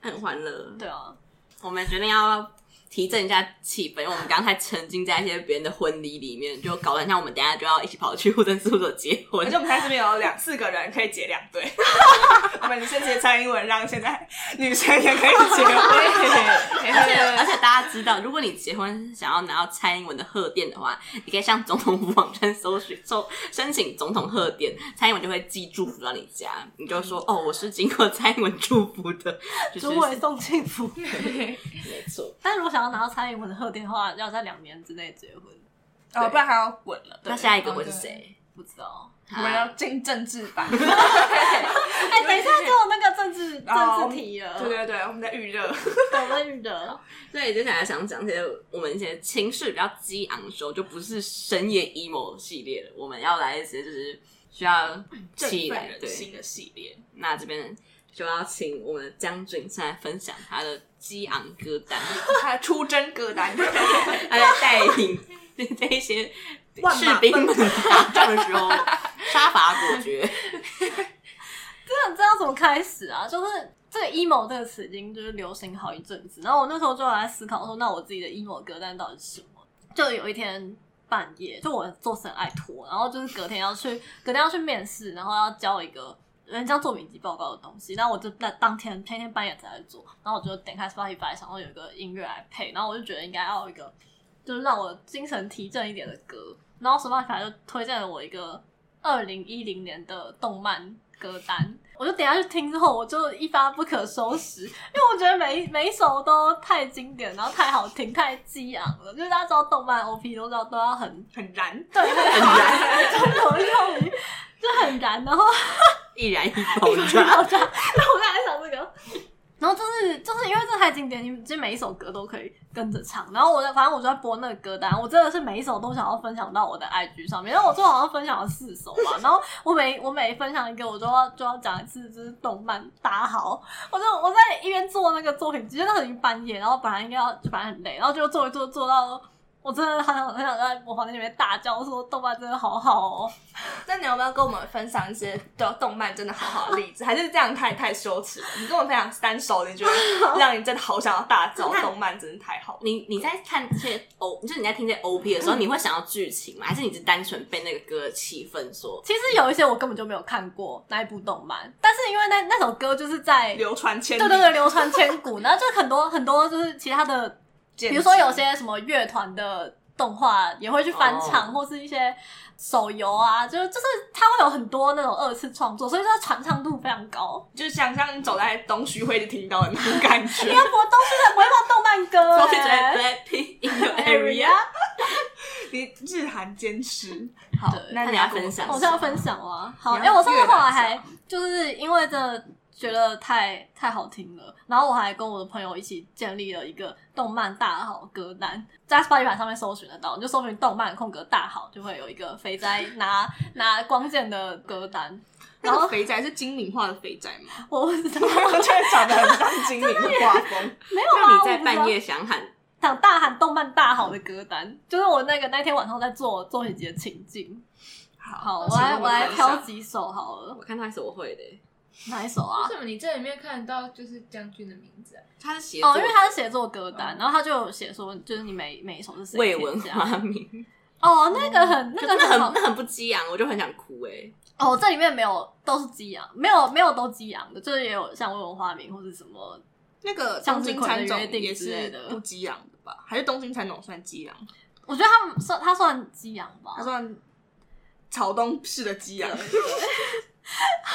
S2: 很欢乐。
S4: 对啊，
S2: 我们决定要提振一下气氛，因为我们刚才沉浸在一些别人的婚礼里面，就搞得很像我们等一下就要一起跑去户政事务所结婚
S3: 而且。我们现在这边有两四个人可以结两对， 我们先结蔡英文，让现在女生也可以结
S2: 而且 而
S3: 婚。
S2: 且大家知道，如果你结婚想要拿到蔡英文的贺电的话，你可以上总统府网站搜寻，搜申请总统贺电，蔡英文就会寄祝福到你家，你就说哦，我是经过蔡英文祝福 的，就是
S4: 主委送幸 福。
S2: 没错，
S4: 但如果想要拿到蔡英文的贺电话，要在两年之内结婚，
S3: 哦，不然还要滚了。对
S2: 那下一个会是谁？
S4: 不知道。
S3: 我们要进政治版。
S4: 哎、等一下就有那个政治政治题了，
S3: 啊对对对，我们在预热。
S4: 董文宇的，
S2: 对，接下来想讲些我们一些情绪比较激昂的时候，就不是深夜 emo 系列了，我们要来一些就是需要
S3: 振
S2: 起
S3: 奋
S2: 来。
S3: 人
S2: 对
S3: 心，的系列，
S2: 那这边就要请我们的将军先来分享他的激昂歌单，
S3: 还有出征歌单，
S2: 他在带领这一些
S3: 万
S2: 士
S3: 马
S2: 兵
S3: 奔
S2: 们打仗的时候杀伐果决。
S4: 真的知道怎么开始啊？就是这个 emo 这个词已经就是流行好一阵子，然后我那时候就有在思考说，那我自己的 emo 歌单到底是什么？就有一天半夜，就我做神爱拖，然后就是隔天要去，隔天要去面试，然后要交一个人家做敏级报告的东西，然后我就在当天天天半夜才在做，然后我就点开 Spotify，想说有一个音乐来配，然后我就觉得应该要有一个就是让我精神提振一点的歌，然后 Spotify 就推荐了我一个二零一零年的动漫歌单。我就点下去听之后，我就一发不可收拾，因为我觉得每一每一首都太经典，然后太好听，太激昂了。就是大家知道动漫 OP 都知道都要很
S3: 很燃。
S4: 对，很燃，中国用语就很燃，然后
S2: 易 燃易爆
S4: 然
S2: 炸，
S4: 后 就，然后我刚才想这个，然后就是就是因为这太经典，你这每一首歌都可以跟着唱。然后我在反正我就在播那个歌单，我真的是每一首都想要分享到我的 IG 上面。然后我最后好像分享了四首吧，然后我每我每分享一个，我都要就要讲一次就是动漫打好。我就我在一边做那个作品集，就那时候已经半夜，然后本来应该要就反正很累，然后就做一做做到。我真的很想很想在我房间里面大叫说动漫真的好好哦，
S3: 那你要不要跟我们分享一些动动漫真的好好的例子？还是这样太太羞耻了？你跟我分享三首，你觉得让你真的好想要大 叫，动漫真的太好了。
S2: 你你在看这些 O，就是你在听这些 OP 的时候，你会想要剧情吗？还是你只单纯被那个歌的气氛所？
S4: 其实有一些我根本就没有看过那一部动漫，但是因为那那首歌就是在对
S3: 流传千里，
S4: 对对流传千古，然后就很多很多就是其他的，
S3: 对
S4: 比如说有些什么乐团的动画也会去翻唱，
S2: 哦
S4: 或是一些手游啊，就是就是它会有很多那种二次创作，所以它传唱度非常 高。
S3: 就想象你走在东区会听到的那种感觉
S4: 因为。我东西很不会放动漫
S2: 都
S4: 歌、
S2: 是觉得
S4: 欸，
S2: Blackpink in your area
S4: area。
S3: 你日韩坚持，
S2: 好
S4: 对
S2: 那
S3: 那
S2: 你
S3: 你
S2: 要
S3: 要
S2: 分享，
S4: 我是要分享吗？好，因
S3: 你
S4: 为
S3: 要
S4: 我上次
S3: 越
S4: 后来
S3: 南
S4: 还
S3: 讲
S4: 就是因为真的觉得太太好听了，然后我还跟我的朋友一起建立了一个动漫大好歌单，在 Spotify 上面搜寻得到，你就搜寻动漫空格大好，就会有一个肥宅拿拿光剑的歌单。
S3: 那
S4: 然后
S3: 个肥宅是精明化的肥宅吗？
S4: 我不 知道，
S3: 我觉得长得很像 精明的画风。
S4: 没有啊，
S2: 让你
S4: 我
S2: 在
S4: 不知道
S2: 半夜想喊，
S4: 想大喊动漫大好的歌单，就是我那个那天晚上在做作品集的情境。好，我来我来挑几首好了
S2: 我，看他是我会的，
S4: 哪一首啊？
S1: 为什么你这里面看得到就是将军的名字、啊？
S2: 他是写作
S4: 哦，
S2: 嗯
S4: 因为他是写作歌单，然后他就有写说，就是你每每一首是谁
S2: 未闻
S4: 写
S2: 花
S4: 家。
S2: 名，
S4: 哦，那个很
S2: 就
S4: 那
S2: 那
S4: 个
S2: 很
S4: 好
S2: 那很不激昂，我就很想哭哎。
S4: 哦，这里面没有都是激昂，没有没有都激昂的，就是也有像未闻花名或是什么，
S3: 那个
S4: 像
S3: 东
S4: 是
S3: 京
S4: 捆的
S3: 蚕种
S4: 约定
S3: 也
S4: 之类
S3: 是
S4: 的
S3: 不激昂的吧？还是东京蚕种算激昂？
S4: 我觉得他们算他算激昂吧
S3: 他，算草东式的啊激昂。
S4: 要啊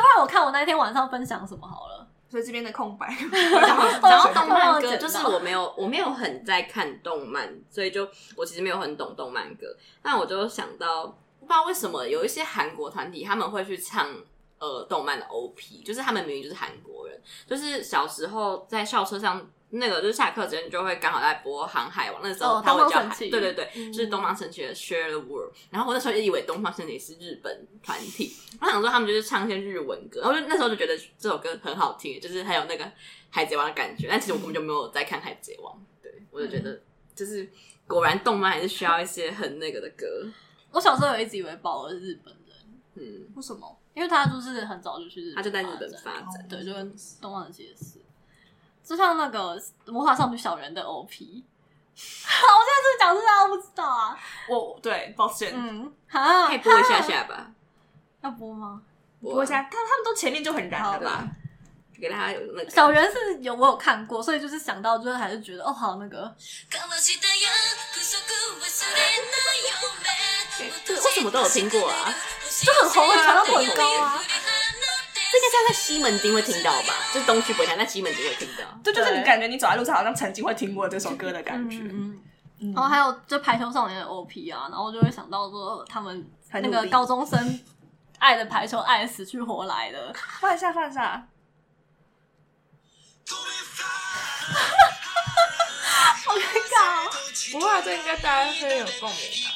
S4: 不然我看我那天晚上分享什么好了。
S3: 所以这边的空白，
S2: 然
S4: 然
S2: 后
S4: 后
S2: 动
S4: 动
S2: 漫
S4: 漫
S2: 歌
S4: 歌
S2: 就是我没有我没有很在看动漫，所以就我其实没有很懂动漫歌。那我就想到，不知道为什么有一些韩国团体他们会去唱呃动漫的 OP，就是他们明明就是韩国人，就是小时候在校车上。那个就是下课时间就会刚好在播《航海王》，那时候
S4: 哦
S2: 他会
S4: 东
S2: 叫
S4: 方
S2: 海、
S4: 神起
S2: 对对对，
S4: 嗯
S2: 就是东方神起的《Share the World》，然后我那时候也以为东方神起是日本团体，我想说他们就是唱一些日文歌，然后就那时候就觉得这首歌很好听，就是还有那个《海贼王》的感觉，但其实我根本就没有在看《海贼王》，对我就觉得就是果然动漫还是需要一些很那个的歌，
S4: 我小时候有一直以为宝儿是日本人，
S2: 嗯，
S4: 为什么？因为他就是很早就去日本，
S2: 他就在日本发展，
S4: 对，就跟东方的解释，就像那个《魔法少女小人》的 OP。我现在是讲这个，大家不知道啊。
S3: 我对，抱歉，
S4: 嗯，哈
S2: 可以，播一下下吧，
S4: 要播吗？
S3: 不过现在他他们都前面就很燃
S4: 好
S3: 了
S2: 好吧
S3: 吧？，
S2: 给大家有那个
S4: 小人是有我有看过，所以就是想到就是还是觉得哦好那个，
S5: 交わした約束忘れないよ
S2: 对，为什么都有听过啊？
S5: 就
S4: 很红啊传到很高啊。
S2: 这个像在西门町会听到吧？就是东区不会听，但西门町会听到。
S3: 这就是你
S4: 对
S3: 感觉你走在路上好像曾经会听过这首歌的感觉。
S4: 嗯
S3: 嗯
S4: 然后还有就排球少年的 OP 啊，然后就会想到说他们
S3: 很
S4: 那
S3: 努力
S4: 个高中生爱的排球爱得死去活 来的，
S3: 放一下，放一下，
S4: 好尴尬、哦。
S1: 不过这应该大家会有共鸣吧？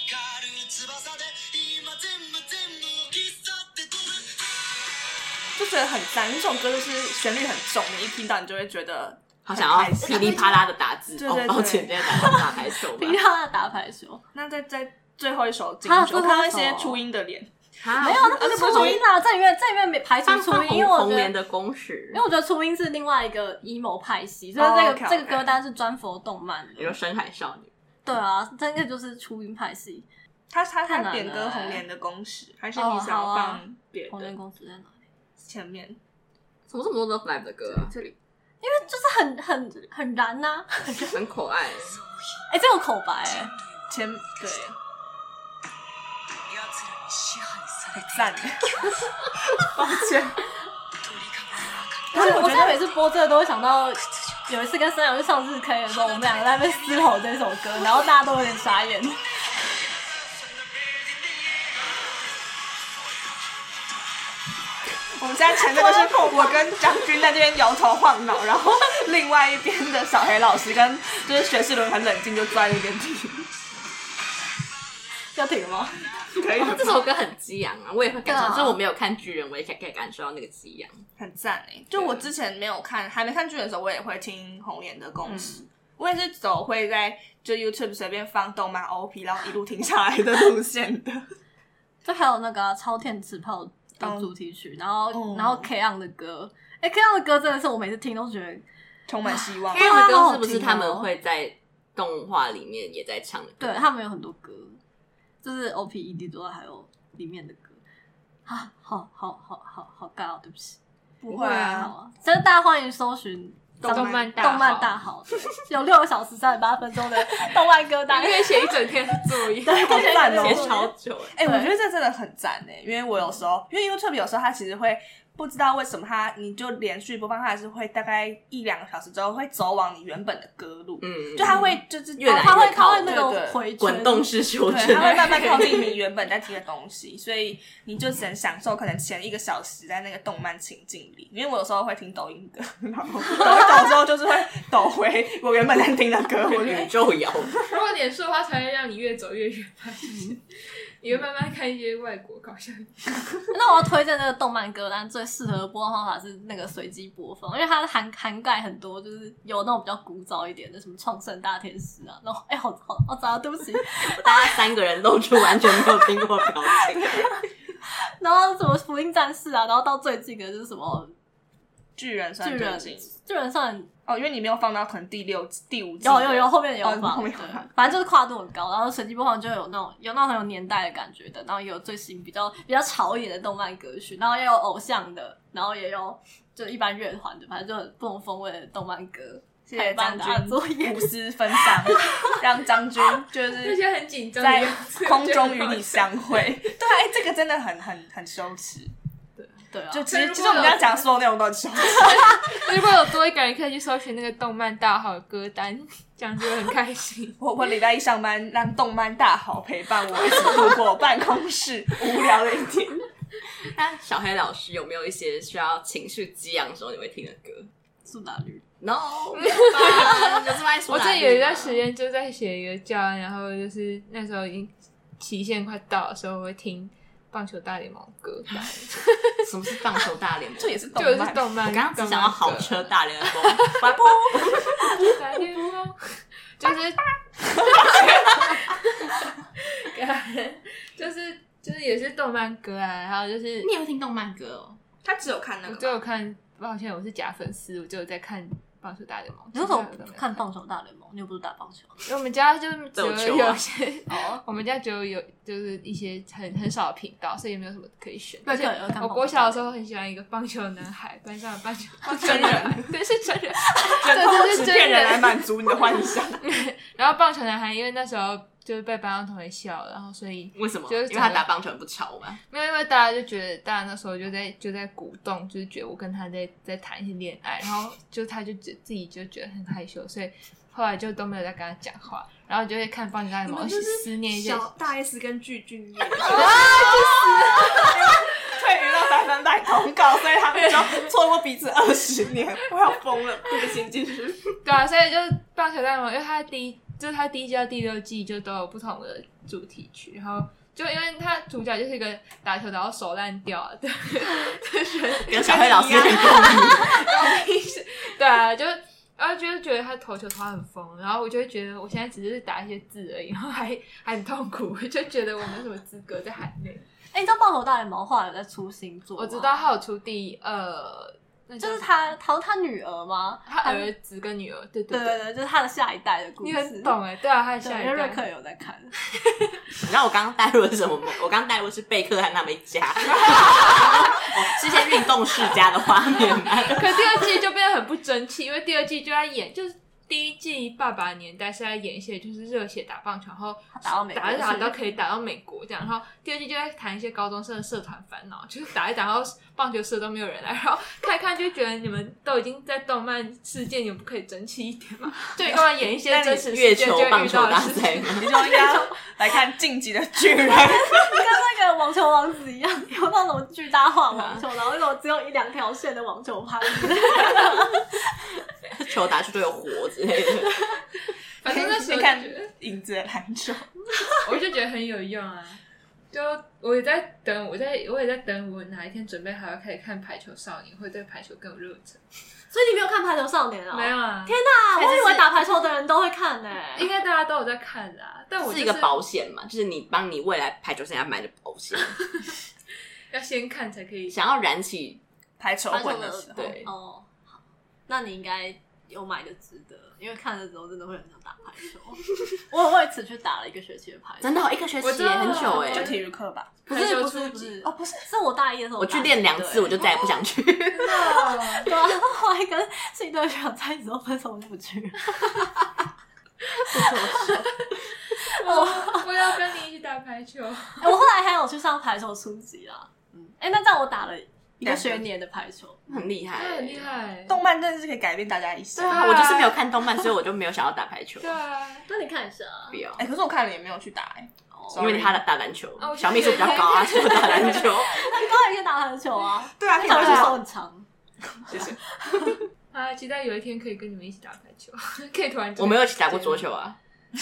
S3: 就觉得很赞。这首歌就是旋律很重，你一听到你就会觉得
S2: 好想要
S3: 很开心
S2: 噼里啪啦的打字，
S3: 对对
S2: 哦，
S3: 对
S2: 抱歉，今天打打排球 吧
S4: 平。常他打 排球，
S3: 那在在最后一首进
S4: 啊
S3: 去，我
S4: 最后一
S3: 看到一
S4: 首
S3: 些初音的脸，
S2: 没
S4: 没有，那
S2: 啊
S4: 不是初音啦，在里面在里面没排除
S2: 放
S4: 初
S2: 放
S4: 音，因
S2: 红
S4: 为我
S2: 红
S4: 觉
S2: 莲
S4: 得。
S2: 的公式
S4: 因为，我觉得初音是另外一个 emo 派系，所以这个、
S3: 哦，OK，OK
S4: 这个歌单是专佛动漫
S2: 比如
S4: 的。
S2: 深海少女，
S4: 对啊，这个就是初音派系。
S3: 他他
S4: 太
S3: 他
S4: 难
S3: 点
S4: 了
S3: 歌
S4: 欸
S3: 红莲的公式，还是
S4: 哦
S3: 你想要
S4: 好啊
S3: 放别
S4: 红莲
S3: 的
S4: 公主在哪里？
S3: 前面？
S2: 什么这么多 Love Live 的歌啊，
S3: 这里
S4: 因为就是很很很燃啊呐、
S2: 很可 爱。
S4: 哎、这有口白哎、
S3: 前对， 赞。抱歉，
S4: 可是我现在每次播这个都会想到，有一次跟森阳去上日 K 的时候，我们两个在那边嘶吼这首歌，然后大家都有点傻眼。
S3: 我们现在前面就是我跟张军在这边摇头晃脑，然后另外一边的小黑老师跟就是学士伦很冷静，就坐在那边听。
S4: 要停了吗？
S3: 可以
S2: 哦这首歌很激昂啊，我也会感
S4: 对
S2: 受，
S4: 啊
S2: 就是我没有看巨人，我也可以可以感受到那个激昂。
S3: 很赞哎、就我之前没有看，还没看剧的时候，我也会听红莲的公司。我也是走会在就 YouTube 随便放动漫 OP，然后一路停下来的路线的。
S4: 就还有那个啊、超天池炮的主题曲，然后、
S3: 嗯
S4: 然后 K on 的歌，哎、k on 的歌真的是我每次听都觉得，
S3: 充满希望
S2: 因。为
S4: 好
S2: 歌
S4: 好
S2: 是不是
S4: 听哦
S2: 他们会在动画里面也在唱的歌？
S4: 对他们有很多歌，就是 O P E D 多还有里面的歌啊，好好好好好尬哦，对不起。
S3: 不
S1: 会
S4: 好
S1: 啊
S4: 啊，真的大家欢迎搜寻
S3: 动漫
S1: 大
S4: 动漫
S1: 好
S4: 大好， 有六个小时三十八分钟的动漫歌
S1: 大
S4: 单
S1: 家。可以写一整天的作 业，
S4: 对
S3: 好赞哦
S2: 写超久欸，
S3: 哎、
S4: 对
S3: 我觉得这真的很赞哎、因为我有时候，因为 YouTube 有时候它其实会不知道为什么它，你就连续播放，它还是会大概一两个小时之后会走往你原本的歌路，
S2: 嗯，
S3: 就它会就是
S2: 越来越
S4: 哦他会他
S2: 靠
S4: 会那
S3: 对
S4: 个
S3: 对
S4: 回圈
S2: 滚动式修
S3: 对，它会
S2: 正。
S3: 慢慢靠近 你原本在听的东西，所以你就只能享受可能前一个小时在那个动漫情境里。因为我有时候会听抖音歌，然 后抖一抖之后就是会抖回我原本在听的歌，我就
S2: 宇宙摇，
S1: 如果点数的话，才会让你越走越远吧。就是你会慢慢看一些外国搞笑，
S4: 那我要推荐那个动漫歌单最适合的播放方法是那个随机播放，因为它涵涵盖很多，就是有那种比较古早一点的，什么《创圣大天使》啊，然后哎、好好好糟，对不起，
S2: 大家三个人露出完全没有听过表 情。
S4: 然后什么《福音战士》啊，然后到最近的就是什么
S3: 巨人算
S4: 巨
S3: 巨
S4: 人，
S3: 人
S4: 巨人算
S3: 哦，因为你没有放到可能第六季第五季，
S4: 有有有，后面有
S3: 哦
S4: 放，
S3: 后面有
S4: 对
S3: 放
S4: 反正就是跨度很高，然后随机播放就有那种有那种很有年代的感觉的，然后也有最新比较比较潮一点的动漫歌曲，然后也有偶像的，然后也有就一般乐团的，反正就很不同风味的动漫歌。
S3: 谢谢张
S4: 帮大家作业
S3: 军嗯无私分享，让张军就
S1: 那
S3: 是
S1: 些很紧张的
S3: 在
S1: 样子，
S3: 空中与你相会。对啊，哎，这个真的很很很羞耻。
S4: 对啊，
S3: 就其
S1: 但
S3: 实
S1: 如
S3: 其
S1: 果
S3: 实我们
S1: 有
S3: 刚刚讲的所有内容都很羞耻。
S1: 如果有多一个人可以去搜寻那个动漫大好歌单， 这样就会很开心。
S3: 我我礼拜一上班，让动漫大好陪伴我一起度过办公室无聊的一天。
S2: 那小黑老师有没有一些需要情绪激昂的时候你会听的歌？
S4: 苏打绿，
S2: No，没有吧有这么爱说
S1: 我
S2: 哪
S1: 这
S2: 里吗？
S1: 有一段时间就在写一个教案，然后就是那时候已经期限快到的时候，我会听棒球大联盟歌 单，
S2: 什么是棒球 大联盟？
S3: 这也是动
S1: 就
S3: 漫
S1: 是动漫。
S2: 我刚刚只
S1: 动漫
S2: 想要好
S1: 歌
S2: 车大联盟，拜拜。
S1: 大联盟， 就是，就是就是也是动漫歌啊，然后就是
S2: 你也会听动漫歌哦？
S3: 他只有看那
S1: 我
S3: 个
S1: 就
S3: 吧，
S1: 有看，抱歉，我是假粉丝，我就有在看棒球大联盟。
S4: 你为什
S1: 其他的
S4: 么
S1: 啊都没
S4: 不
S1: 有
S4: 看？棒球大联盟？你又不是打棒球，
S1: 因为我们家就只
S2: 都有
S1: 有
S2: 球啊
S1: 有些， 我们家只有有就是一些很很少的频道，所以也没有什么可以选。
S4: 对
S1: 而且
S4: 可以有看棒球
S1: 我国小的时候很喜欢一个棒球男孩，班上的棒球棒球
S3: 真人
S1: 男孩，对，是真人。
S3: 人
S1: 这
S3: 通
S1: 就是
S3: 纸
S1: 真
S3: 片人
S1: 人
S3: 来满足你的幻想。
S1: 然后棒球男孩，因为那时候就是被班上同学笑，然后所以
S2: 为什么？
S1: 就是
S2: 因为他打棒球很不吵嘛。
S1: 没有，因为大家就觉得，大家那时候就在就在鼓动，就是觉得我跟他在在谈一些恋爱，然后就他就觉自己就觉得很害羞，所以后来就都没有再跟他讲话，然后就会看棒球大联盟，思念一些。
S3: 小大 S 跟具俊晔，啊，去死！退娱乐百分百通告，所以他们就错过彼此二十年，我要疯 了。对不起，继续。
S1: 对啊，所以就棒球大联盟，因为它第一就是它第一季到第六季就都有不同的主题曲，然后就因为它主角就是一个打球打到手烂掉的
S2: 跟小黑老师很
S1: 对啊，就然后就会觉得他投球投得很疯，然后我就会觉得我现在只是打一些字而已，然后还还很痛苦，我就觉得我没什么资格在喊累。
S4: 哎、你知道棒球大联盟后来有在出新作吗
S1: 我知道，他有出第呃，那叫
S4: 就是他，好像他女儿吗？
S1: 他儿子跟女儿，对
S4: 对
S1: 对
S4: 对对，就是他的下一代的故
S1: 你
S4: 事。
S1: 很懂哎，对啊，他的
S4: 对，
S1: 下一
S4: 因为瑞克
S1: 代。
S4: 有在看，
S2: 你知道我刚刚带入的是什么吗？我刚刚带入的是贝克汉他们一家， 哦是一些运动世家的画面吗？
S1: 可第二季就变得很不争气，因为第二季就在演，就是第一季爸爸年代是在演一些就是热血打棒球，然后
S4: 他打到美国
S1: 打一打
S4: 去
S1: 到可以打到美国这样，然后第二季就在谈一些高中生的社团烦恼，就是打一打到棒球社都没有人来，然后看一看就觉得你们都已经在动漫世界，你们不可以争气一点吗？就你干嘛演一些真实世
S2: 月
S1: 界就
S2: 球
S1: 会
S2: 棒
S1: 遇
S2: 球
S1: 到的
S2: 大
S1: 事
S2: 赛
S1: 情？
S2: 吗？
S3: 你就应该来看《晋级的巨人》，
S4: 跟那个网球王子一样， 有那种巨大化网球，然后那种只有一两条线的网球拍。
S2: 球打出就有火之类的。
S1: 反正 那时候
S3: 先
S1: 就
S3: 看
S1: 觉得
S3: 《影子的篮球》。
S1: 我就觉得很有用啊。就我也在等，我在我也在等，我哪一天准备好要开始看《排球少年》，会对排球更有热忱。
S4: 所以你没有看《排球少年》啊？
S1: 没有啊，
S4: 啊，我以为打排球的人都会看呢、
S1: 应该大家都有在看啦。 但我、就是
S2: 一个保险嘛，就是你帮你未来排球生涯买的保险，
S1: 要先看才可以。
S2: 想要燃起
S3: 排球
S4: 排球
S3: 混
S4: 的
S3: 的时候，
S2: 对
S4: 哦，好那你应该有买的值得，因为看的时候真的会很想打排 球。我有为此去打了一个学期的排球，
S2: 真的哦、一个学
S1: 我
S2: 期
S1: 知
S2: 耶
S1: 道
S2: 很久哎、
S3: 就体育课吧。
S4: 不
S1: 排
S4: 是
S1: 球
S4: 不是
S1: 初
S4: 不
S1: 级
S4: 是哦不是，是我大一的时候
S2: 我去练两次，我就再也不想去。
S1: 哦
S4: 对啊，然后后来跟新队长在一起之后分手我就不去了。
S1: 我我要跟你一起打排球，
S4: 哎我后来还有去上排球初级啊，嗯，哎、那这样我打了一个学年的排球，
S2: 很厉害、
S1: 他
S2: 欸，
S1: 很厉。
S4: 哎
S1: 害。
S3: 动漫真的是可以改变大家一生。
S1: 对啊
S2: 我就是没有看动漫，所以我就没有想要打排球
S1: 对。啊，
S4: 那你看一下啊
S2: 不，要，
S3: 哎、可是我看了也没有去打哎、
S2: 因为他打篮球
S1: 哦，我
S2: 小秘书比较高啊，所以我打篮球。
S4: 那高也可以打篮球 啊，
S3: 对啊，可以
S4: 那小
S3: 打
S4: 篮球手很长。
S2: 谢谢。
S1: 啊，期待有一天可以跟你们一起打排球， 可以突然。
S2: 我没有一起打过桌。球啊。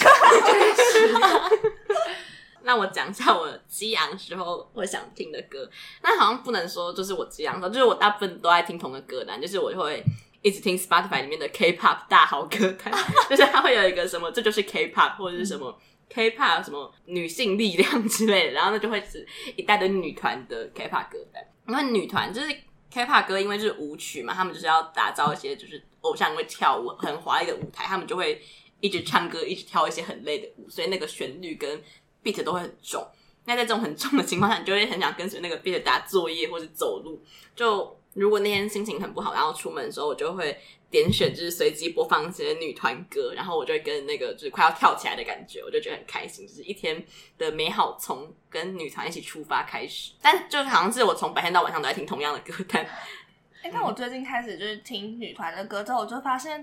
S2: 那我讲一下我激昂时候会想听的歌，那好像不能说就是我激昂的时候，就是我大部分都爱听同一个歌单，就是我就会一直听 Spotify 里面的 K-pop 大好歌单，就是它会有一个什么这就是 K-pop 或者是什么 K-pop 什么女性力量之类的，然后呢就会是一大堆女团的 K-pop 歌单，因为女团就是 K-pop 歌，因为就是舞曲嘛，他们就是要打造一些就是偶像会跳舞很华丽的舞台，他们就会一直唱歌，一直跳一些很累的舞，所以那个旋律跟 beat 都会很重。那在这种很重的情况下，你就会很想跟随那个 beat 打作业或者走路。就如果那天心情很不好，然后出门的时候，我就会点选就是随机播放一些女团歌，然后我就会跟那个就是快要跳起来的感觉，我就觉得很开心，就是一天的美好从跟女团一起出发开始。但就是好像是我从白天到晚上都在听同样的歌单，
S3: 哎、但我最近开始就是听女团的歌之后，我就发现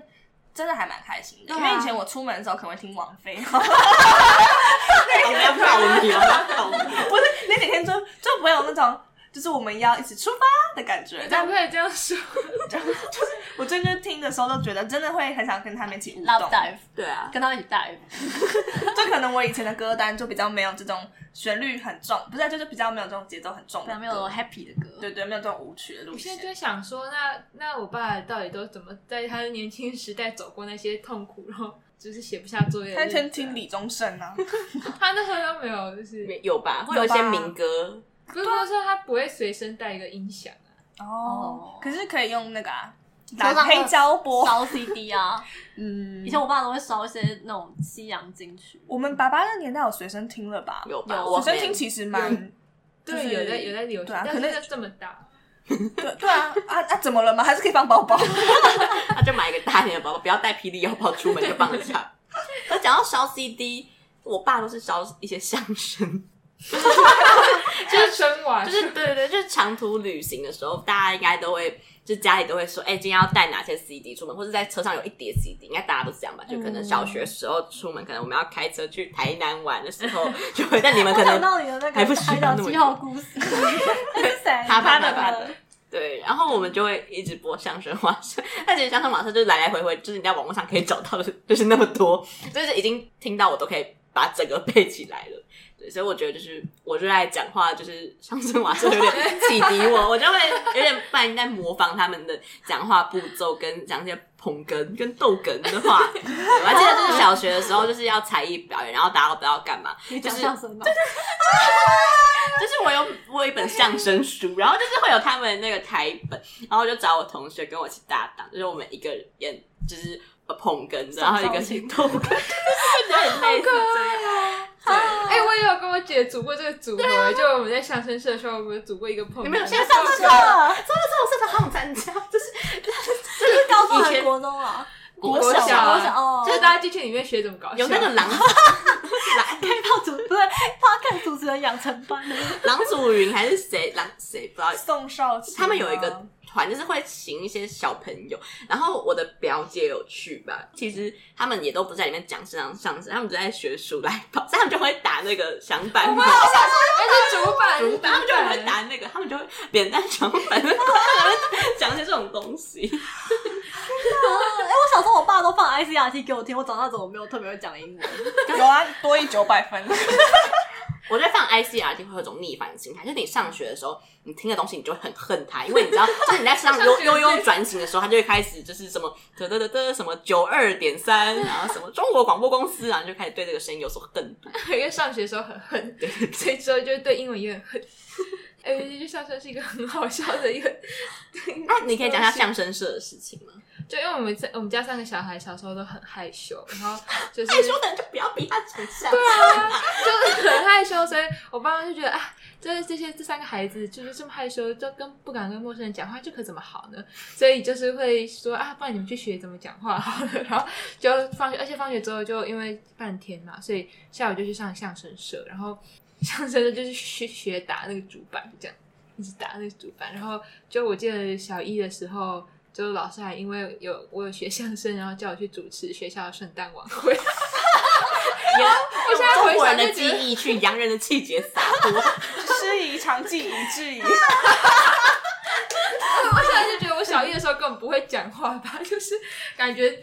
S3: 真的还蛮开心的。
S1: 对啊
S3: 因为以前我出门的时候可能会听王菲，然 后
S2: 我要告你，我要告你。
S3: 不是那几天就就不会有那种就是我们要一起出发的感觉。
S1: 咱
S3: 但
S1: 不可以这样说。
S3: 我真的听的时候都觉得，真的会很想跟他们一起舞
S4: Love
S3: 动。
S4: dive，
S2: 对啊，
S4: 跟他们一起 dive。
S3: 就可能我以前的歌单就比较没有这种旋律很重，不是，啊就是比较没有这种节奏很重
S4: 对
S3: 的
S4: 啊，
S3: 歌，
S4: 没有 happy 的歌。
S3: 对对，没有这种舞曲的路
S1: 我现
S3: 线
S1: 在。就想说，那那我爸到底都怎么在他的年轻时代走过那些痛苦，然后就是写不下作业的
S3: 他
S1: 日子啊？
S3: 先听李宗盛啊，
S1: 他那时候都没有，就是
S2: 没有吧？会有一些民歌，
S1: 不是说他不会随身带一个音响啊，
S3: 哦
S4: 哦，
S3: 可是可以用那个啊，
S4: 手
S3: 拿
S4: 掌
S3: 黑胶拨，
S4: 烧 CD 啊，
S3: 嗯
S4: 以，前我爸都会烧一些那种西洋金曲。
S3: 我们爸爸那年代有随身听了吧？
S2: 有吧？
S4: 有
S2: 我
S3: 随身听其实蛮，就是
S1: 对，有在有在流行
S3: 对啊，，可
S1: 但
S3: 能
S1: 是这么大，
S3: 对对啊啊啊，怎么了吗？还是可以放包包。
S2: 那就买一个大一点的包包，不要带霹雳腰包出门就放得下。 可讲到烧 CD，我爸都是烧一些相声，
S1: 就是生娃，
S2: 哎就是对对对，就是长途旅行的时候，大家应该都会，就家里都会说，哎、今天要带哪些 CD 出门，或者在车上有一叠 CD，应该大家都是这样吧？就可能小学时候出门，可能我们要开车去台南玩的时候，就会但你们可
S4: 我想
S2: 能
S4: 到你的那
S2: 还不
S4: 个
S2: 需
S4: 海
S2: 要
S4: 岛
S2: 那么
S4: 七号 故事，谁？
S3: 他
S2: 他爸
S3: 的
S2: 的
S3: 他
S2: 他
S3: 的
S2: 的。对，然后我们就会一直播相声瓦舍，但其实相声瓦舍就是来来回回，就是你在网络上可以找到的，就是那么多，就是已经听到我都可以把整个背起来了。对，所以我觉得就是我热爱讲话，就是相声瓦舍有点启迪我，我就会有点半在模仿他们的讲话步骤，跟讲一些捧哏跟逗哏的话。对我还记得就是小学的时候，就是要才艺表演，然后大家都不知道干嘛，
S4: 你
S2: 就
S4: 讲
S2: 是
S4: 相声吗？
S2: 就是我有我有一本相声书，然后就是会有他们那个台本，然后就找我同学跟我一起搭档，就是我们一个人演就是呃捧哏的，然后一个是逗哏，就是有点类似这样。
S1: 哎、我也有跟我姐组过这个组合，就我们在相声社的时候，我们组过一个碰。
S2: 啊你们有
S1: 现在
S2: 现在上社？真的上社团好参加，就是
S4: 就是高中
S2: 以
S4: 还
S2: 前
S4: 是国中啊？
S1: 国
S2: 小
S1: 小啊
S4: 国小哦，
S1: 就是大家进去里面学怎么搞笑，
S2: 有那个狼狼开炮组
S4: 不是 podcast 主持人养成班的，
S2: 狼祖云还是谁狼谁不知道
S3: 宋少奇吗，
S2: 他们有一个团，就是会请一些小朋友，然后我的表姐有去吧。其实他们也都不在里面讲这样上身，他们只在学数来宝，所以他们就会打那个响板嘛，
S1: 那哎是主板，
S2: 竹板他们就
S1: 板
S2: 会打那个，他们就会扁担响板，然后他们讲一些这种东西。
S4: 哎、我小时候我爸都放 ICRT 给我听，我长大怎么没有特别会讲英文？
S3: 有啊，多一九百分。
S2: 我觉得放 ICRT 会有一种逆反心态，就是你上学的时候，你听的东西你就会很恨它，因为你知道，就是你在车上悠悠悠转行的时候，它就会开始就是什么得得得得什么九二点三，然后什么中国广播公司，然后你就开始对这个声音有所恨毒。
S1: 因为上学的时候很恨，
S2: 对，
S1: 所以之后就对英文也很恨。 哎、就相声是一个很好笑的一个，
S2: 那你可以讲一下相声社的事情吗？
S1: 就因为我们在我们家三个小孩小时候都很害羞，然后就是
S2: 害羞的人就不要逼他讲相声。
S1: 就是很害羞，所以我爸妈就觉得啊，这这些这三个孩子就是这么害羞，就跟不敢跟陌生人讲话，这可怎么好呢？所以就是会说啊，不然你们去学怎么讲话好了。然后就放学，而且放学之后就因为半天嘛，所以下午就去上相声社，然后相声社就是去学打那个主板，这样一直打那个主板。然后就我记得小一的时候。就老师还因为有我有学相声，然后叫我去主持学校的圣诞晚会。我现在
S2: 中
S1: 回
S2: 国人
S1: 想
S2: 的
S1: 就觉
S2: 记
S1: 得
S2: 忆去洋人的气节洒 脱。
S3: 师夷长技以制夷，
S1: 我现在就觉得我小一的时候根本不会讲话吧，就是感觉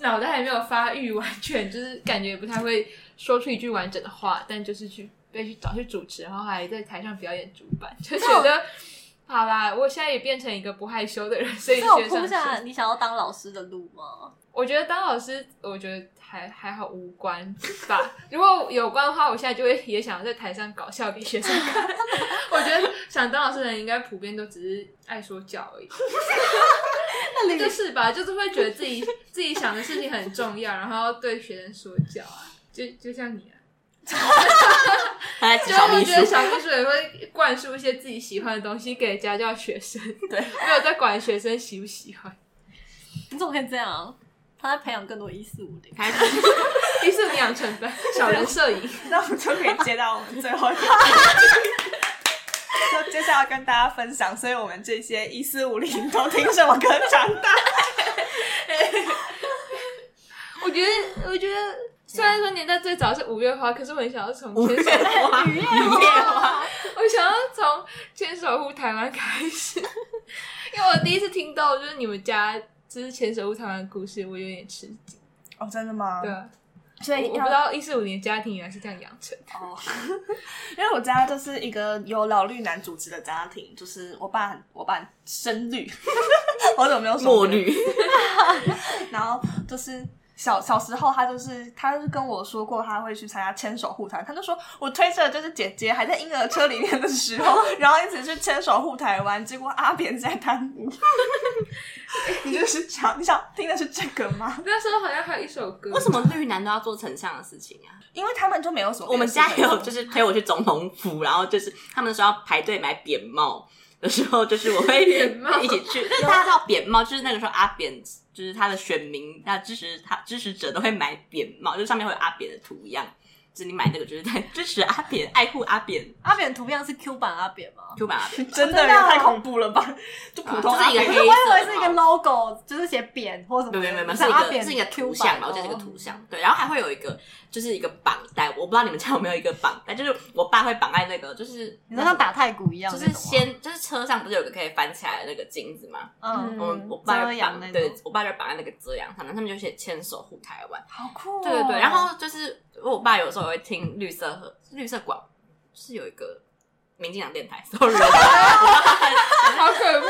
S1: 脑袋还没有发育完全，就是感觉也不太会说出一句完整的话，但就是去被去找去主持，然后还在台上表演主板，就觉得。好啦，我现在也变成一个不害羞的人，所以
S4: 所以我
S1: 学
S4: 铺
S1: 上
S4: 下
S1: 是
S4: 你想要当老师的路吗？
S1: 我觉得当老师，我觉得还还好无关吧。如果有关的话，我现在就会也想要在台上搞笑给学生看。 我觉得想当老师的人应该普遍都只是爱说教而已。
S4: 那你
S1: 就是吧，就是会觉得自己自己想的事情很重要，然后对学生说教啊，就就像你啊，
S2: 他在指
S1: 就
S2: 小
S1: 我
S2: 秘
S1: 觉得
S2: 书，
S1: 小秘书也会灌输一些自己喜欢的东西给家教学生，
S2: 对，
S1: 没有在管学生喜不喜欢。
S4: 你 怎么可以这样？他在培养更多一四五零。
S2: 他在
S1: 于是你养成班啊小人摄影，
S3: 那我们就可以接到我们最后一个。 就接下来跟大家分享，所以我们这些一四五零都听什么歌长大？
S1: 我觉得我觉得虽然说年代最早是五月花，可是我很想要从牵手，
S2: 花，雨夜花，
S1: 我想要从牵手湖台湾开始， 因为我第一次听到就是你们家就是牵手湖台湾的故事，我有点吃惊。
S3: 哦，真的吗？
S1: 对，啊，
S3: 所
S1: 我
S3: 以
S1: 我不知道一四五年家庭原来是这样养成的。
S3: 因为我家就是一个由老绿男主持的家庭，就是我爸很我爸很深绿， 好久没有说
S2: 墨绿，
S3: 然后就是小小时候，他就是他就是跟我说过他会去参加牵手护台，他就说我推着就是姐姐还在婴儿车里面的时候，然后一直去牵手护台湾，结果阿扁在贪 污。你就是想你想听的是这个吗？
S1: 那时候好像还有一首歌，
S2: 为什么绿男都要做丞相的事情啊？
S3: 因为他们就没有什么别的
S2: 我们
S3: 事情做。
S2: 家也有，就是推我去总统府，然后就是他们说要排队买扁帽的时候，就是我 会
S1: 扁帽
S2: 一起去。但是大家知道扁帽，就是那个时候阿扁，就是他的选民、他支持他支持者都会买扁帽，就是上面会有阿扁的图样。就是你买那个，就是在 支持阿扁、爱护阿扁、
S4: 阿扁图样是 Q 版阿扁吗？
S2: Q 版阿扁，
S3: 真的
S4: 真
S3: 也
S4: 的哦
S3: 太恐怖了吧？就普通
S2: 啊就是一个
S3: 阿
S2: 黑
S3: 扁
S2: 色的
S4: 我
S2: 帽子。
S4: 以为是一个 logo，就是写扁或什么
S2: 没
S4: 的。
S2: 有没有没有没有，
S4: 不
S2: 是一
S4: 阿扁
S2: 个是一个
S4: Q
S2: 图
S4: 版
S2: 像吧，我记得是一个
S4: 哦
S2: 图像。对，然后还会有一个就是一个绑带，我不知道你们家有没有一个绑带，就是我爸会绑在那个，就是
S4: 你说像打太鼓一样
S2: 就
S4: 那种
S2: 是
S4: 吗，
S2: 先就是车上不是有个可以翻起来的那个镜子吗？
S4: 嗯，
S2: 我们我爸
S4: 遮
S2: 就
S4: 阳
S2: 绑
S4: 那种
S2: 对我爸就绑在那个遮阳上面，他们就写牵手护台湾。
S3: 好酷、哦。
S2: 对对对，然后就是我爸有时候也会听绿色和绿色广，是有一个民进党电台，sorry，
S1: 好可怕？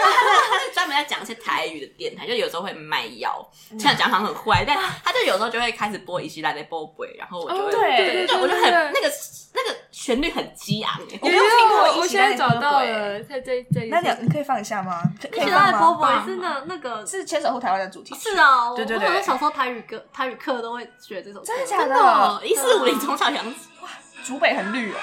S2: 专门在讲一些台语的电台，就有时候会卖药，
S1: 嗯
S2: 这样讲好像很坏，但他就有时候就会开始播以西来的波鬼，然后我就会、
S1: 哦
S3: 对
S1: 对
S2: 就我就很
S1: 对对
S2: 那个那个旋律很激昂、欸，
S3: 我
S1: 有
S3: 没有听过
S1: 有，
S3: 一
S1: 我
S3: 起
S1: 现在
S3: 来的
S1: 找到
S3: 歌鬼
S1: 了，在这这里。
S3: 那你你可以放一下吗？可可
S4: 一
S3: 以
S4: 起来
S3: 放
S4: 的波
S3: 吗？
S4: 波也是那那个
S3: 是牵手后台湾的主题曲，
S4: 是啊，我
S3: 对对
S4: 我
S3: 对
S4: 好像小时候台语歌、台语课都会学这首歌，
S3: 真的假
S2: 哦
S3: 的？，
S1: 嗯
S2: 一四五零从小养起，
S3: 竹北很绿哦。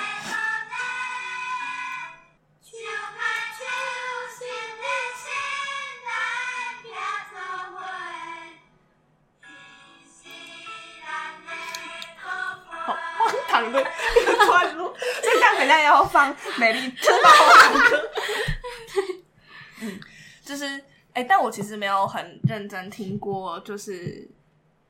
S3: 好荒唐的一个段落，所以这样人家要放美丽真的好荒唐歌。嗯，就是哎、但我其实没有很认真听过，就是。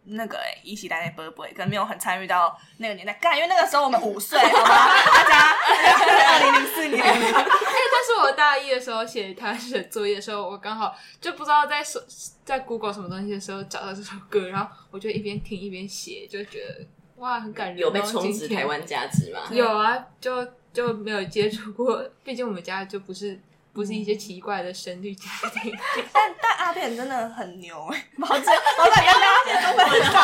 S3: 那个哎、一起待在波波，可能没有很参与到那个年代，干，因为那个时候我们五岁，好吗？大家， 二零零四年，
S1: 哎但是我大一的时候写他的作业的时候，我刚好就不知道在手在 Google 什么东西的时候找到这首歌，然后我就一边听一边写，就觉得哇，很感人哦。
S2: 有被充值
S1: 今天
S2: 台湾价值吗？
S1: 有啊，就就没有接触过，毕竟我们家就不是不是一些奇怪的神律家庭。
S3: 但但阿扁真的很牛哎、 欸，毛姐，老板跟大家都分享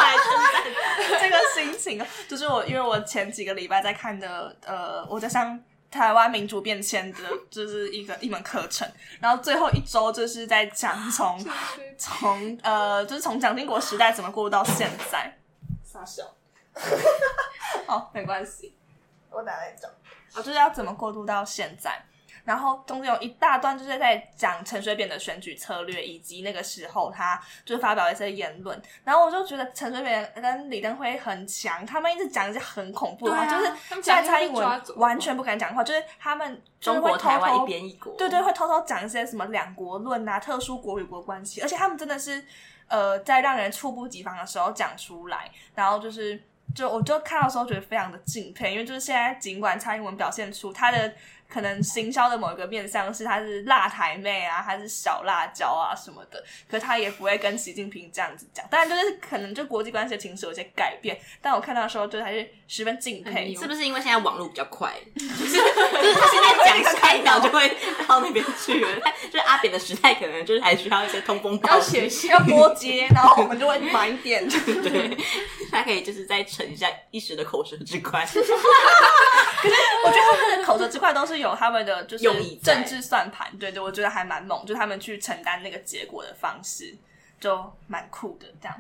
S3: 这个心情，就是我因为我前几个礼拜在看的，呃，我在上台湾民主变迁的，就是一个一门课程，然后最后一周就是在讲从
S1: 啊
S3: 从呃，就是从蒋经国时代怎么过渡到现在，傻笑，哦，没关系，我拿来找，我就是要怎么过渡到现在。然后中间有一大段就是在讲陈水扁的选举策略，以及那个时候他就发表一些言论。然后我就觉得陈水扁跟李登辉很强，他们一直讲一些很恐怖的话，
S2: 对啊
S3: 就是
S1: 他们
S3: 现在
S1: 讲
S3: 蔡
S1: 一
S3: 英
S1: 定被抓走
S3: 文完全不敢讲话，就是他们就是
S2: 中
S3: 会
S2: 国
S3: 偷
S2: 台湾
S3: 偷
S2: 一边一国，
S3: 对对，会偷偷讲一些什么两国论啊、特殊国与国关系，而且他们真的是呃，在让人猝不及防的时候讲出来，然后就是。就我就看到的时候觉得非常的敬佩，因为就是现在，尽管蔡英文表现出他的可能行销的某一个面向是他是辣台妹啊，他是小辣椒啊什么的，可他也不会跟习近平这样子讲。当然就是可能就国际关系的情势有些改变，但我看到的时候就还是十分敬佩，
S2: 是不是因为现在网络比较快，就是就是他现在讲下一秒就会到那边去了， 但就是阿扁的时代可能就是还需要一些通风报
S1: 要
S2: 信
S1: 写信，
S3: 要波接，然后我们就会买点。
S2: 对，他可以就是再逞一下一时的口舌之 快。
S3: 我觉得他们的口舌之快都是有他们的就是
S2: 用意在
S3: 政治算盘，对对，我觉得还蛮猛，就他们去承担那个结果的方式就蛮酷的这样。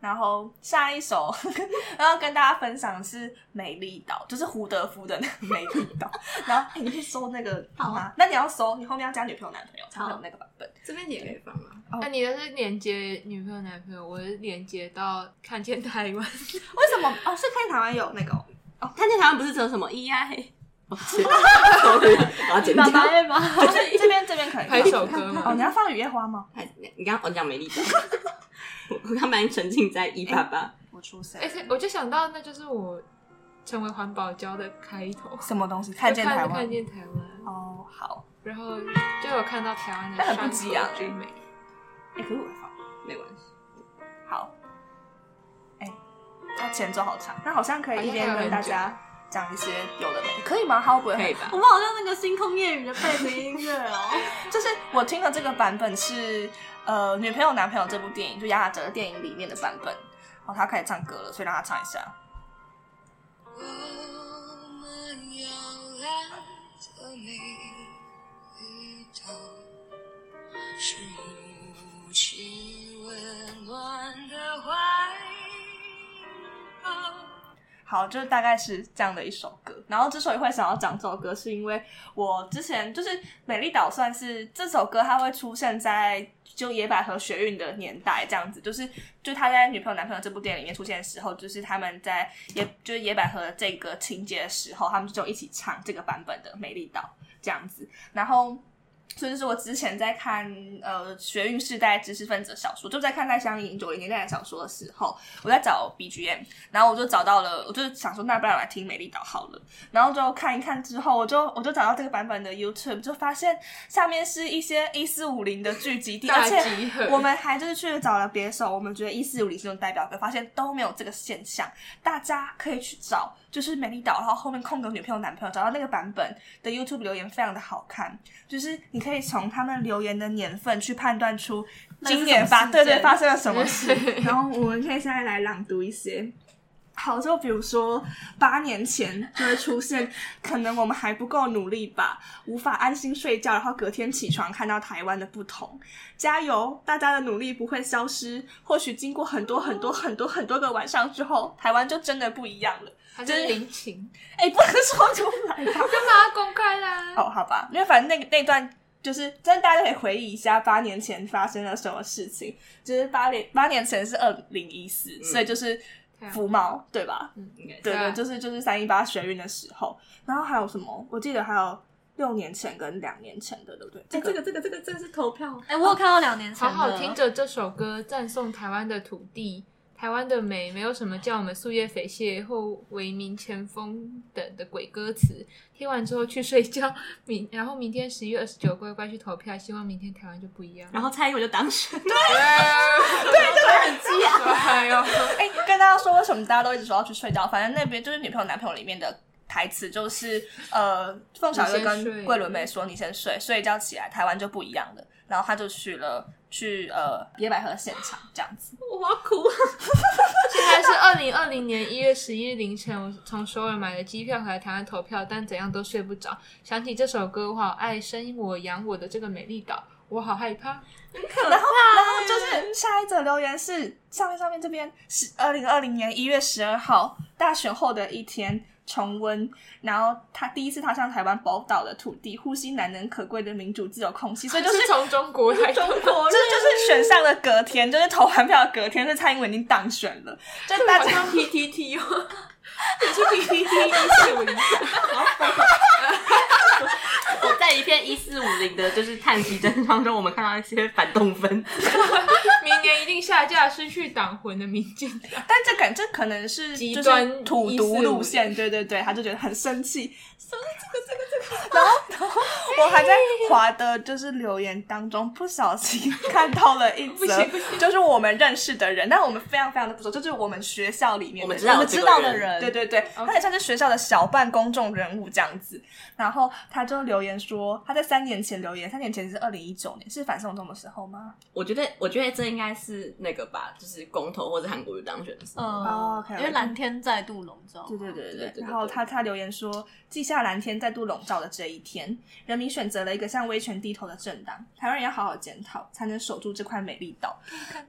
S3: 然后下一首 要跟大家分享的是《美丽岛》，就是胡德夫的那个《美丽岛》。然后、哎你去搜那个
S2: 好啊
S3: 吗？那你要搜，你后面要加女朋友、男朋友才会有那个版本。
S2: 这边也可以放吗？
S1: 那、啊你的是连接女朋友男朋友，我是连接到看见台湾。
S3: 为什么？哦，是看台湾有那个哦、
S2: 看见台湾不是只有什么咿呀嘿，哦 是 sorry，然后剪掉
S4: 爸。爸耶吧？
S3: 就是 这边这边可以
S1: 拍手歌吗
S3: 哦，你要放《雨夜花》吗？
S2: 哦 哎你刚刚我讲美丽岛，我刚刚蛮沉浸在一爸爸
S3: 我出赛
S1: 而且我就想到，那就是我成为环保礁的开头，
S3: 什么东西？看见
S1: 就
S3: 台
S1: 哎看
S3: 湾
S1: 看见台湾，
S3: 哦，好，
S1: 然后就有看到台湾的
S3: 但很不啊
S1: 山
S3: 激昂
S1: 口之美。
S3: 哎、可是我会放，没关系。好，哎、那前奏好长，那好像可以一边跟大家讲一些有的没，可以吗？好，不会很
S2: 可以吧
S4: 我？们好像那个星空夜雨的背景音乐哦，
S3: 就是我听的这个版本是呃《女朋友男朋友》这部电影，就杨雅哲的电影里面的版本。哦，他开始唱歌了，所以让他唱一下。
S5: 我们要让这每一道是母亲温暖的怀抱。
S3: 好，就是大概是这样的一首歌。然后之所以会想要讲这首歌，是因为我之前就是《美丽岛》算是这首歌，它会出现在就野百合学运的年代这样子，就是就他在《女朋友男朋友》这部电影里面出现的时候，就是他们在野就是野百合的这个情节的时候，他们就一起唱这个版本的《美丽岛》这样子，然后。所以就是我之前在看呃学运世代知识分子的小说，就在看赖香吟九零年代的小说的时候，我在找 BGM，然后我就找到了，我就想说，那不然我来听《美丽岛》好了。然后就看一看之后，我就我就找到这个版本的 YouTube，就发现下面是一些一四五零的聚集地，而
S1: 大
S3: 且
S1: 集合
S3: 我们还就是去找了别首，我们觉得一四五零这种代表歌，发现都没有这个现象。大家可以去找，就是《美丽岛》，然后后面空格女朋友、男朋友，找到那个版本的 YouTube 留言非常的好看，就是你可以从他们留言的年份去判断出今年发
S4: 那是什么事 件
S3: 对对发生了什么事。然后我们可以现在来朗读一些。好，就比如说八年前就会出现，可能我们还不够努力吧，无法安心睡觉，然后隔天起床看到台湾的不同。加油，大家的努力不会消失。或许经过很多很多很多很多个晚上之后，台湾就真的不一样了。
S1: 还是林琴，
S3: 哎、不能说出来 吧？
S1: 干嘛公开啦？
S3: 哦，好吧，因为反正那个那段就是，真的大家就可以回忆一下八年前发生了什么事情。就是八年八年前是二零一四，所以就是
S1: 对啊
S3: 福猫对吧？
S1: 嗯
S3: 对
S1: 对啊
S3: 对，就是就是三一八学运的时候，然后还有什么？我记得还有六年前跟两年前的，对不对？这个
S2: 哎这个这个真是投票，
S4: 哎、我有看到两年前
S1: 好
S4: 的，
S1: 好听着这首歌，赞颂台湾的土地、台湾的美，没有什么叫我们夙夜匪懈或为民前锋等的鬼歌词。听完之后去睡觉，明然后明天十一月二十九乖乖去投票，希望明天台湾就不一样。
S2: 然后蔡英文就当选。
S1: 对对，很激昂，哎呦，
S3: 哎、跟大家说为什么大家都一直说要去睡觉？反正那边就是女朋友男朋友里面的台词就是，呃，凤小岳
S1: 你先睡
S3: 跟桂纶镁说：“你先睡，睡一觉起来，台湾就不一样了。”然后他就去了去呃野百合现场这样子。
S2: 我要哭。
S1: 现在是二零二零年一月十一日凌晨，我从首尔买了机票回来台湾投票，但怎样都睡不着。想起这首歌，我好爱生我养我的这个美丽岛，我好害怕。
S3: 然后然后就是下一则留言是上面上面这边是二零二零年一月十二号大选后的一天。重温，然后他第一次踏上台湾宝岛的土地，呼吸难能可贵的民主自由空气，所以就是
S1: 是 从中国来的。
S3: 哦这就是选上的隔天，就是投完票的隔天，是蔡英文已经当选 了，就大家
S2: PTT 哦，我哦在一片一四五零的，就是叹息声当中，我们看到一些反动分子。
S1: 明年一定下架失去党魂的民进党。
S3: 但这感这可能是
S1: 极
S3: 就是
S1: 端
S3: 土独路线，对对对，他就觉得很生气，什么这个这个这个，然后然后我还在华的就是留言当中不小心看到了 一则，就是我们认识的人，但我们非常非常的不熟，就是我们学校里面的
S2: 我们知
S3: 人
S2: 道
S4: 我知道的人，
S3: 对对对，他也算是学校的小办公众人物这样子。然后他就留言说，他在三年前留言，三年前是二零一九年，是反送中的时候吗？
S2: 我觉得，我觉得这应该是那个吧，就是公投或者韩国瑜当选的时候。
S4: 嗯
S3: 哦，OK，
S4: 因为蓝天再度笼罩，
S3: 对对对
S2: 对对对
S3: 然后他他留言说，记下蓝天再度笼罩的这一天，人民选择了一个向威权低头的政党，台湾人要好好检讨，才能守住这块美丽岛。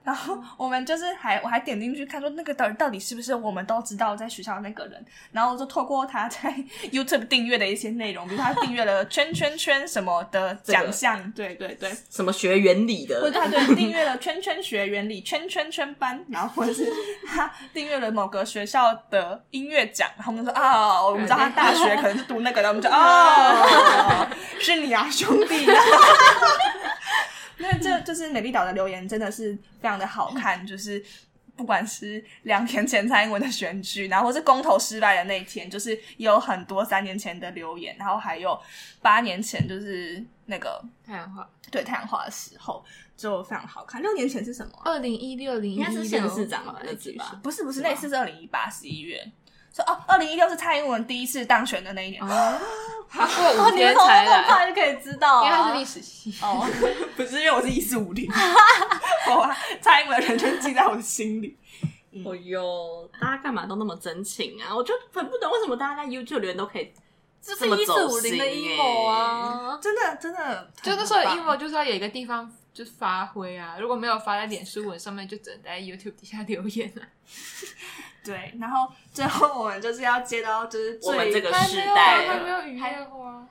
S3: 然后我们就是还我还点进去看说那个到到底是不是我们都知道在学校的那个人，然后就透过他在 YouTube 订阅的一些内容，比如他订阅了圈圈圈什么的
S2: 这个
S3: 奖项，对对对，
S2: 什么学原理的？
S3: 或者他对订阅了圈圈学原理、圈圈圈班，然后或者是他订阅了某个学校的音乐奖，然后我们就说啊，我们知道他大学可能是读那个的，我们就哦，是你啊，兄弟。 那这就是美丽岛的留言，真的是非常的好看，就是。不管是两年前蔡英文的选举，然后或是公投失败的那一天，就是有很多三年前的留言，然后还有八年前就是那个
S1: 太阳花，
S3: 对太阳花的时候就非常好看。六年前是什么啊？
S1: 二零一六零
S2: 应该是县市长吧那次吧？
S3: 不是不是，
S2: 是吗
S3: 那次是二零一八十一月。说哦，二零一六是蔡英文第一次当选的那一年。
S1: 哦，他过
S4: 哦，
S1: 五
S4: 你
S1: 天
S4: 们从
S1: 才
S4: 那么
S1: 来，
S4: 快就可以知道、
S1: 因
S4: 啊，
S1: 为他是历史系。
S3: 哦， 不是因为我是一四五零，我把蔡英文的人生记在我的心里。
S1: 哎
S2: 哦哟， 大家干嘛都那么真情啊？我就很不懂为什么大家在 YouTube 留言都可以
S4: 就
S2: 这么
S4: 是一四
S2: 走
S4: 五
S2: 心
S4: 零的
S2: 欸
S4: emo
S1: 欸
S4: 啊，
S3: 真的真的，
S1: 就那时候
S3: 很棒
S1: emo 就是要有一个地方就发挥啊，如果没有发在脸书文上面，就只能在 YouTube 底下留言啊。
S3: 对，然后最后我们就是要接到就是最
S2: 我们这个
S1: 还
S2: 时
S1: 没有
S2: 代
S1: 还没
S2: 了。
S1: 有娱乐化。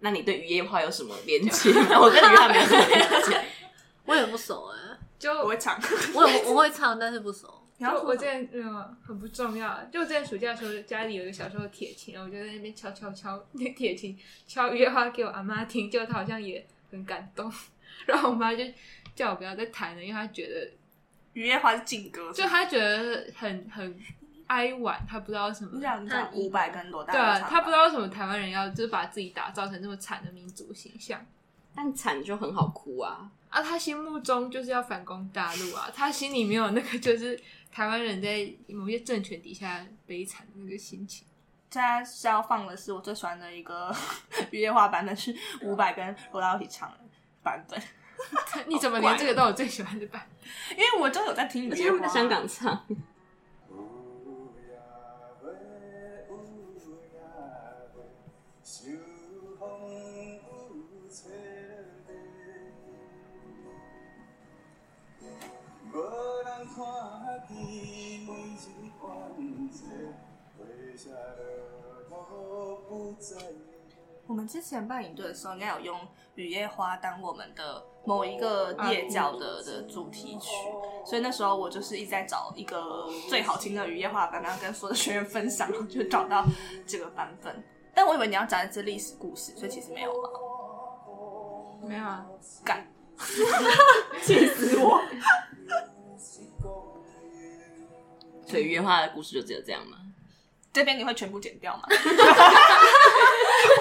S2: 那你对渔业化有什么连接吗？ 我跟渔化没有什么连接。
S4: 我也不熟哎、
S1: 就
S3: 我
S1: 我
S3: 会 唱。
S4: 我也我会唱，但是不熟。
S3: 然后
S1: 我之前嗯很不重要，就我之前暑假的时候，家里有一个小时候的铁琴，然后我就在那边敲敲敲那个铁琴，敲乐花给我阿妈听，结果她好像也很感动，然后我妈就叫我不要再弹了，因为她觉得
S3: 雨夜花是劲歌，
S1: 就她觉得很很哀婉，她不知道什么
S3: 你。讲你讲伍佰跟罗大
S1: 对啊，
S3: 佑唱吧，
S1: 她不知道为什么台湾人要就是把自己打造成这么惨的民族形象。
S2: 但惨就很好哭啊，
S1: 啊，他心目中就是要反攻大陆啊，他心里没有那个就是台湾人在某些政权底下悲惨的那个心情。
S3: 现在是要放的是我最喜欢的一个 雨夜花版本，是伍佰跟罗大佑一起唱的版本，
S1: 你怎么
S3: 哦
S1: 连这个都有最喜欢的版？
S3: 因为我就有在听雨
S2: 而且
S3: 夜
S2: 他
S3: 花啊
S2: 们在香港唱，
S3: 我们之前办营队的时候，应该有用《雨夜花》当我们的某一
S2: 哦
S3: 个
S2: 啊
S3: 夜角
S2: 嗯
S3: 的的主题曲，所以那时候我就是一直在找一个最好听的《雨夜花》版本，要跟所有的学员分享，就找到这个版本。但我以为你要讲一支历史故事，所以其实没有吧？
S1: 没有啊，
S3: 干，
S2: 气死 我！所以渔业化的故事就只有这样吗？
S3: 这边你会全部剪 掉吗？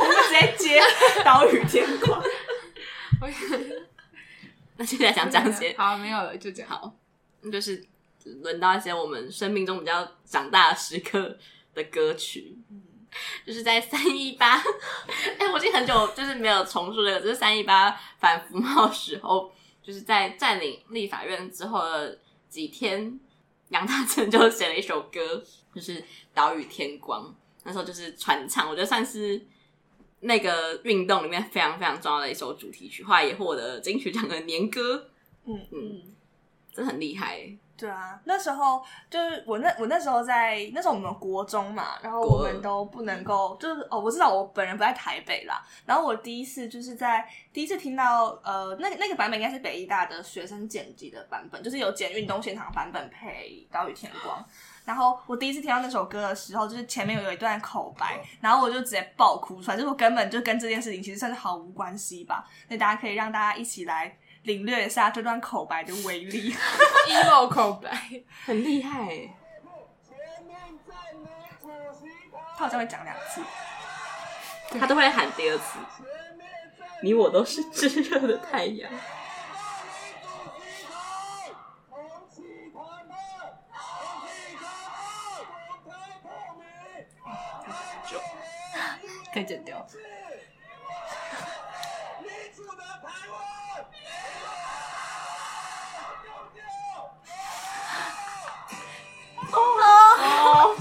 S3: 我们直接接岛屿天光。
S1: 我
S2: 那现在想讲些
S1: 好，没有了，就这样。
S2: 好，那就是轮到一些我们生命中比较长大的时刻的歌曲，就是在三一八，哎，我已经很久就是没有重述这个，就是三一八反服贸时候，就是在占领立法院之后的几天，杨大成就写了一首歌，就是《岛屿天光》，那时候就是传唱，我觉得算是。那个运动里面非常非常重要的一首主题曲，后来也获得金曲奖的年歌。
S3: 嗯
S2: 嗯，真的很厉害欸。
S3: 对啊，那时候就是我那我那时候在那时候我们国中嘛，然后我
S2: 国二
S3: 们都不能够就是哦，我知道我本人不在台北啦，然后我第一次就是在第一次听到呃那个那个版本应该是北医大的学生剪辑的版本，就是有剪运动现场版本配《岛屿天光》。然后我第一次听到那首歌的时候，就是前面有一段口
S2: 嗯
S3: 白，然后我就直接爆哭出来，就是我根本就跟这件事情其实算是毫无关系吧。那大家可以让大家一起来领略一下这段口白的威力。
S1: emo 口白，
S2: 很厉害欸耶，
S3: 他好像会讲两次。
S2: 他都会喊第二次。你我都是炙热的太阳。
S3: 可以剪掉。哦，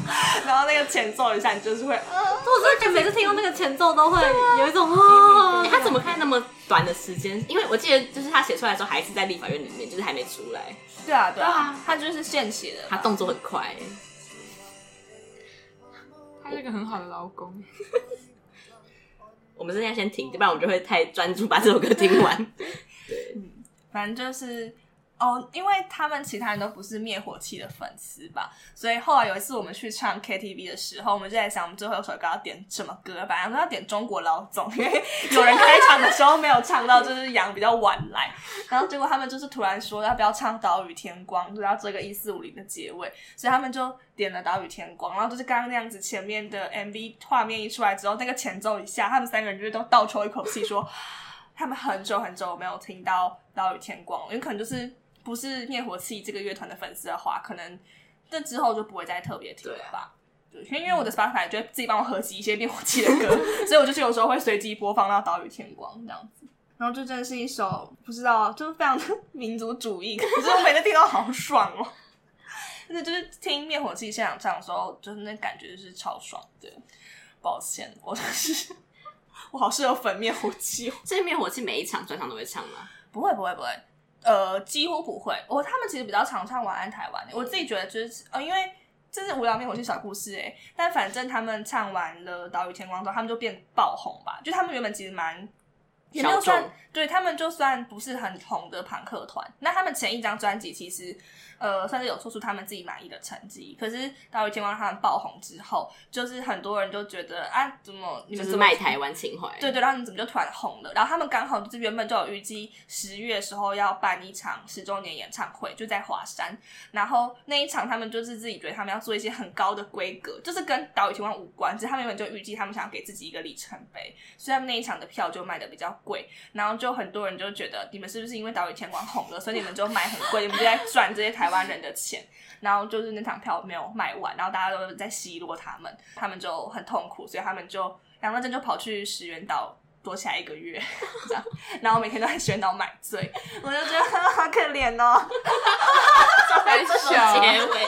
S3: 然后那个前奏一下，你就是会，呃
S4: 我真的觉得每次听到那个前奏都会有一种哇
S2: 哎，他怎么看那么短的时间？因为我记得，就是他写出来的时候还是在立法院里面，就是还没出来。
S3: 对啊对啊，他就是现写的，
S2: 他动作很快耶，
S1: 他是个很好的劳 工。
S2: 我们现 在先停，要不然我们就会太专注把这首歌听完。对，
S3: 反正就是哦，因为他们其他人都不是灭火器的粉丝吧，所以后来有一次我们去唱 KTV 的时候，我们就在想，我们最后一首歌要点什么歌？本来我们要点中国老总，因为有人开场的时候没有唱到，就是杨比较晚来，然后结果他们就是突然说要不要唱《岛屿天光》，就是要做一个一四五零的结尾，所以他们就点了《岛屿天光》，然后就是刚刚那样子，前面的 MV 画面一出来之后，那个前奏一下，他们三个人就是都倒抽一口气说。他们很久很久没有听到《岛屿天光》，因为可能就是不是灭火器这个乐团的粉丝的话，可能那之后就不会再特别听了吧。对，因为因为我的 Spotify 就会自己帮我合集一些灭火器的歌， 所以我就是有时候会随机播放到《岛屿天光》这样子。然后就真的是一首不知道，就是非常的 民族主义，可 是我每次听到好爽 哦。那就是听灭火器现场唱的时候，就是那感觉就是超爽的。抱歉，我 就是我好适合粉灭火器哦。
S2: 这些灭火器每一场专场都会唱吗？
S3: 不会不会不会，呃，几乎不会。我他们其实比较常唱《晚安台湾》我自己觉得就是呃，因为这是无聊灭火器小故事哎、但反正他们唱完了《岛屿天光》之后，他们就变爆红吧。就他们原本其实蛮。也没有
S2: 小众
S3: 算对他们，就算不是很红的朋克团，那他们前一张专辑其实，呃，算是有做出他们自己满意的成绩。可是《岛屿天光》他们爆红之后，就是很多人就觉得啊，怎么你
S2: 就
S3: 们
S2: 是
S3: 怎么
S2: 卖台湾情怀。
S3: 对对，然后你怎么就突然红了？然后他们刚好就是原本就有预计十月的时候要办一场十周年演唱会，就在华山。然后那一场他们就是自己觉得他们要做一些很高的规格，就是跟岛屿情况无关，只是他们原本就预计他们想要给自己一个里程碑，所以他们那一场的票就卖的比较贵。然后就很多人就觉得你们是不是因为岛屿天光红了，所以你们就卖很贵，你们就在赚这些台湾人的钱。然后就是那场票没有卖完，然后大家都在奚落他们，他们就很痛苦，所以他们就梁文正就跑去石原岛躲起来一个月，这样，然后每天都在石原岛买醉，我就觉得 好可怜哦，
S1: 太小
S3: 啊
S2: 结尾，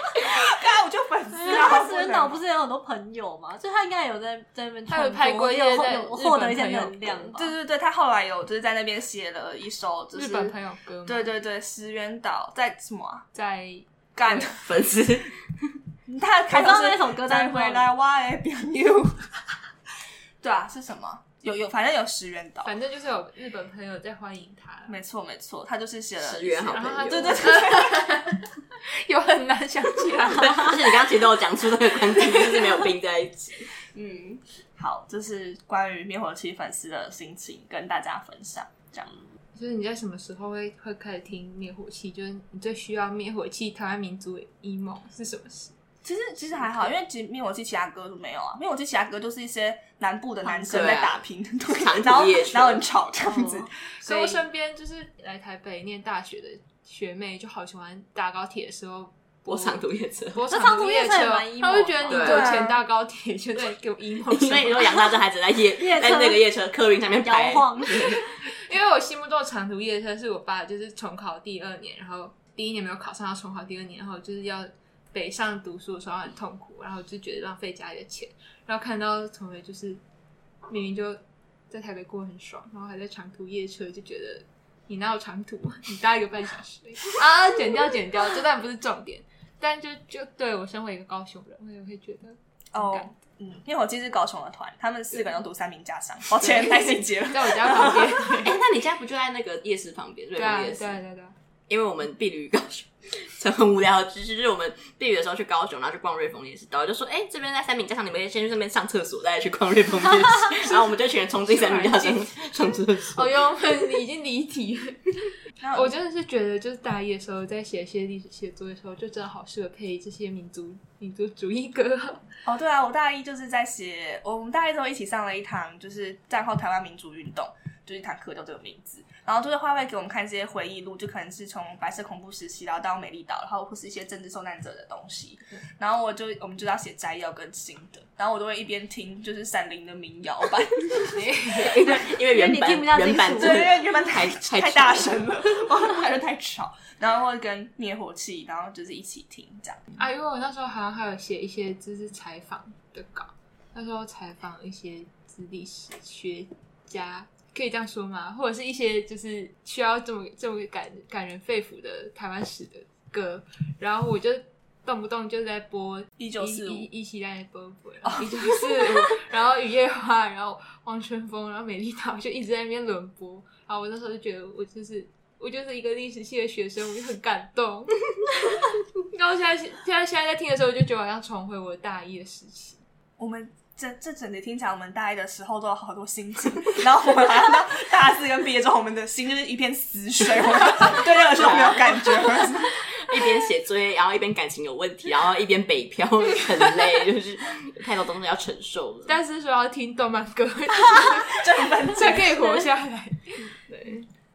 S3: 刚才我就粉丝啊，
S4: 他石原岛不是也有很多朋友嘛，所以他应该有在在那边
S1: 他有
S4: 创作，
S1: 拍过一
S4: 也
S1: 些
S4: 有
S1: 在
S4: 有获得一
S1: 日
S4: 些
S1: 本朋友
S4: 能量吧。
S3: 对对对，他后来有就是在那边写了一首，就是
S1: 日本朋友歌吗，
S3: 对对对，石原岛在什么、啊、
S1: 在
S3: 干，
S2: 粉丝
S3: 他
S4: 我
S3: 开
S4: 知
S3: 头
S4: 道
S3: 是
S4: 那首歌
S3: 再
S4: 单
S3: 回来，我爱表 you，对啊，是什么？有有，反正有石原岛，
S1: 反正就是有日本朋友在欢迎他，
S3: 没错没错，他就是写了
S2: 十元好
S1: 然
S2: 朋
S1: 后他
S2: 友。
S1: 对
S2: 对
S1: 对对，有很难想起来。
S2: 而且你刚刚其实都有讲出那个关键，就是没有并在一起。
S3: 嗯，好，这是关于灭火器粉丝的心情跟大家分享。这样，
S1: 就是你在什么时候会会开始听灭火器？就是你最需要灭火器，台湾民族的 emo 是什么事？
S3: 其实其实还好，因为其实灭火器其他歌都没有啊，灭火器其他歌就是一些南部的男生
S2: 对啊
S3: 在打拼，对
S2: 长途
S3: 然后
S2: 夜车
S3: 然后很吵这样子。
S1: 哦所
S3: 所以
S1: 以我身边就是来台北念大学的学妹，就好喜欢搭高铁的时候播
S2: 我长途夜车，
S1: 播
S4: 那长
S1: 长
S4: 途
S1: 途
S4: 夜
S1: 夜
S4: 车也
S1: 车
S4: 蛮 emo，
S1: 她会觉得你
S2: 的
S1: 给我钱搭高铁，就在给我 emo 什
S2: 因
S1: 么
S2: 为你说杨大正还只在 夜
S4: 夜车
S2: 在那个夜车客运上面
S4: 摇
S2: 摆
S4: 晃，
S1: 因为我心目中的长途夜车是我爸就是重考第二年，然后第一年没有考上，要重考第二年，然后就是要北上读书的时候很痛苦，然后就觉得浪费家里的钱，然后看到同学就是明明就在台北过得很爽，然后还在长途夜车，就觉得你哪有长途，啊 你搭一个半小时而已啊，剪掉剪掉，这但不是重点，但就就对我身为一个高雄人，我也会觉得
S3: 哦
S1: 感，
S3: 嗯，灭火器是高雄的团，他们四个人都读三名家商，抱歉太细节了。
S1: 在我家旁边，
S2: 哎、那你家不就在那个夜市旁边，瑞
S1: 对啊
S2: 丰
S1: 对
S2: 夜
S1: 啊
S2: 市？
S1: 对啊对啊，
S2: 因为我们避旅高雄，这很无聊的知识，就是我们避旅的时候去高雄，然后去逛瑞丰夜市，导游就说：“哎、这边在三明加上，你们先去那边上厕所，再去逛瑞丰夜市。”然后我们就一群人冲进三明加上上厕所。
S1: 哦哟， 你已经离题了。
S3: 那
S1: 我真的是觉得，就是大一的时候在写一些历史写作的时候，就真的好适合配这些民族民族主义歌。
S3: 哦，对啊，我大一就是在写，我们大一之后一起上了一堂，就是战后台湾民主运动，就是一堂课叫这个名字。然后就是花会给我们看一些回忆录，就可能是从白色恐怖时期，然后到美丽岛，然后或是一些政治受难者的东西。然后我就我们就要写摘要跟心得，然后我都会一边听就是闪灵的民谣版，
S2: 因为因为原
S4: 因为你
S2: 版
S4: 听不到
S2: 原 版
S4: 清楚
S3: 对，因为原本太
S2: 太
S3: 太大声了，我还是太吵，然后会跟灭火器，然后就是一起听这样。
S1: 啊，因为我那时候好像还有写一些就是采访的稿，那时候采访一些就是历史学家，可以这样说吗？或者是一些就是需要这么这么感感人肺腑的台湾史的歌，然后我就动不动就在播
S3: 一九四五，哦
S1: 一起来波波，然后一九四五， 然后雨夜花，然后汪春风，然后美丽岛，就一直在那边轮播。然后我那时候就觉得我就是我就是一个历史系的学生，我就很感动。然后现在现在现在在听的时候，我就觉得好像重回我大一的时期。
S3: 我们这这整体听起来，我们大一的时候都有好多心情， 然后我们好像到大四跟毕业之后，我们的心就是一片死水，我 们对任何事都没有感觉。
S2: 一边写作业，然后一边感情有问题，然后一边北漂，很累，就是太多东西要承受了。
S1: 但是说要听动漫 歌
S3: 振奋
S1: 才可以活下来。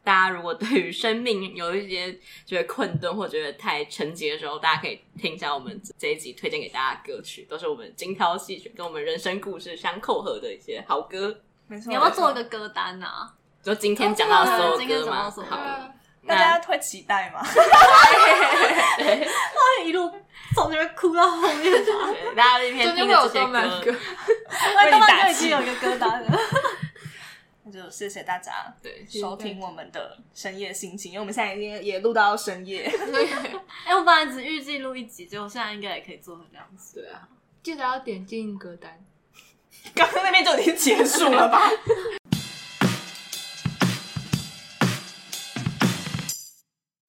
S2: 大家如果对于生命有一些觉得困顿或觉得太沉寂的时候，大家可以听一下我们这一集推荐给大家的歌曲，都是我们精挑细选，跟我们人生故事相扣合的一些好歌。
S3: 没错，
S4: 你要不要做一个歌单啊？
S2: 就今天讲到的所有
S4: 今天
S2: 歌
S4: 讲
S2: 吗？
S4: 到所有歌
S2: 好，
S3: 大家会期待吗？
S4: 一路从这边哭到后面，
S2: 对 大家一边
S1: 中间
S2: 听
S1: 会
S2: 着
S1: 有
S2: 这些
S1: 动漫
S2: 歌
S1: 歌，，
S4: 那
S3: 你
S4: 根
S3: 打
S4: 本就已
S3: 气
S4: 经有一个歌单了。
S3: 那就谢谢大家
S2: 对，
S3: 收听我们的深夜心情，因为我们现在已经也录到深夜。
S4: 哎、我本来只预计录一集，结果现在应该也可以做成这样子。
S1: 对啊，记得要点进歌单。
S3: 刚刚那边就已经结束了吧？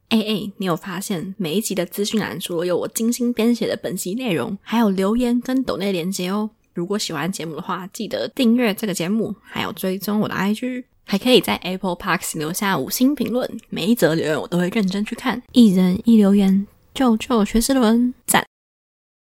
S2: 哎哎，你有发现每一集的资讯栏除了有我精心编写的本集内容，还有留言跟抖内连接哦。如果喜欢节目的话，记得订阅这个节目，还有追踪我的 IG，还可以在 Apple Parks 留下五星评论，每一则留言我都会认真去看，一人一留言，救救学之伦，赞！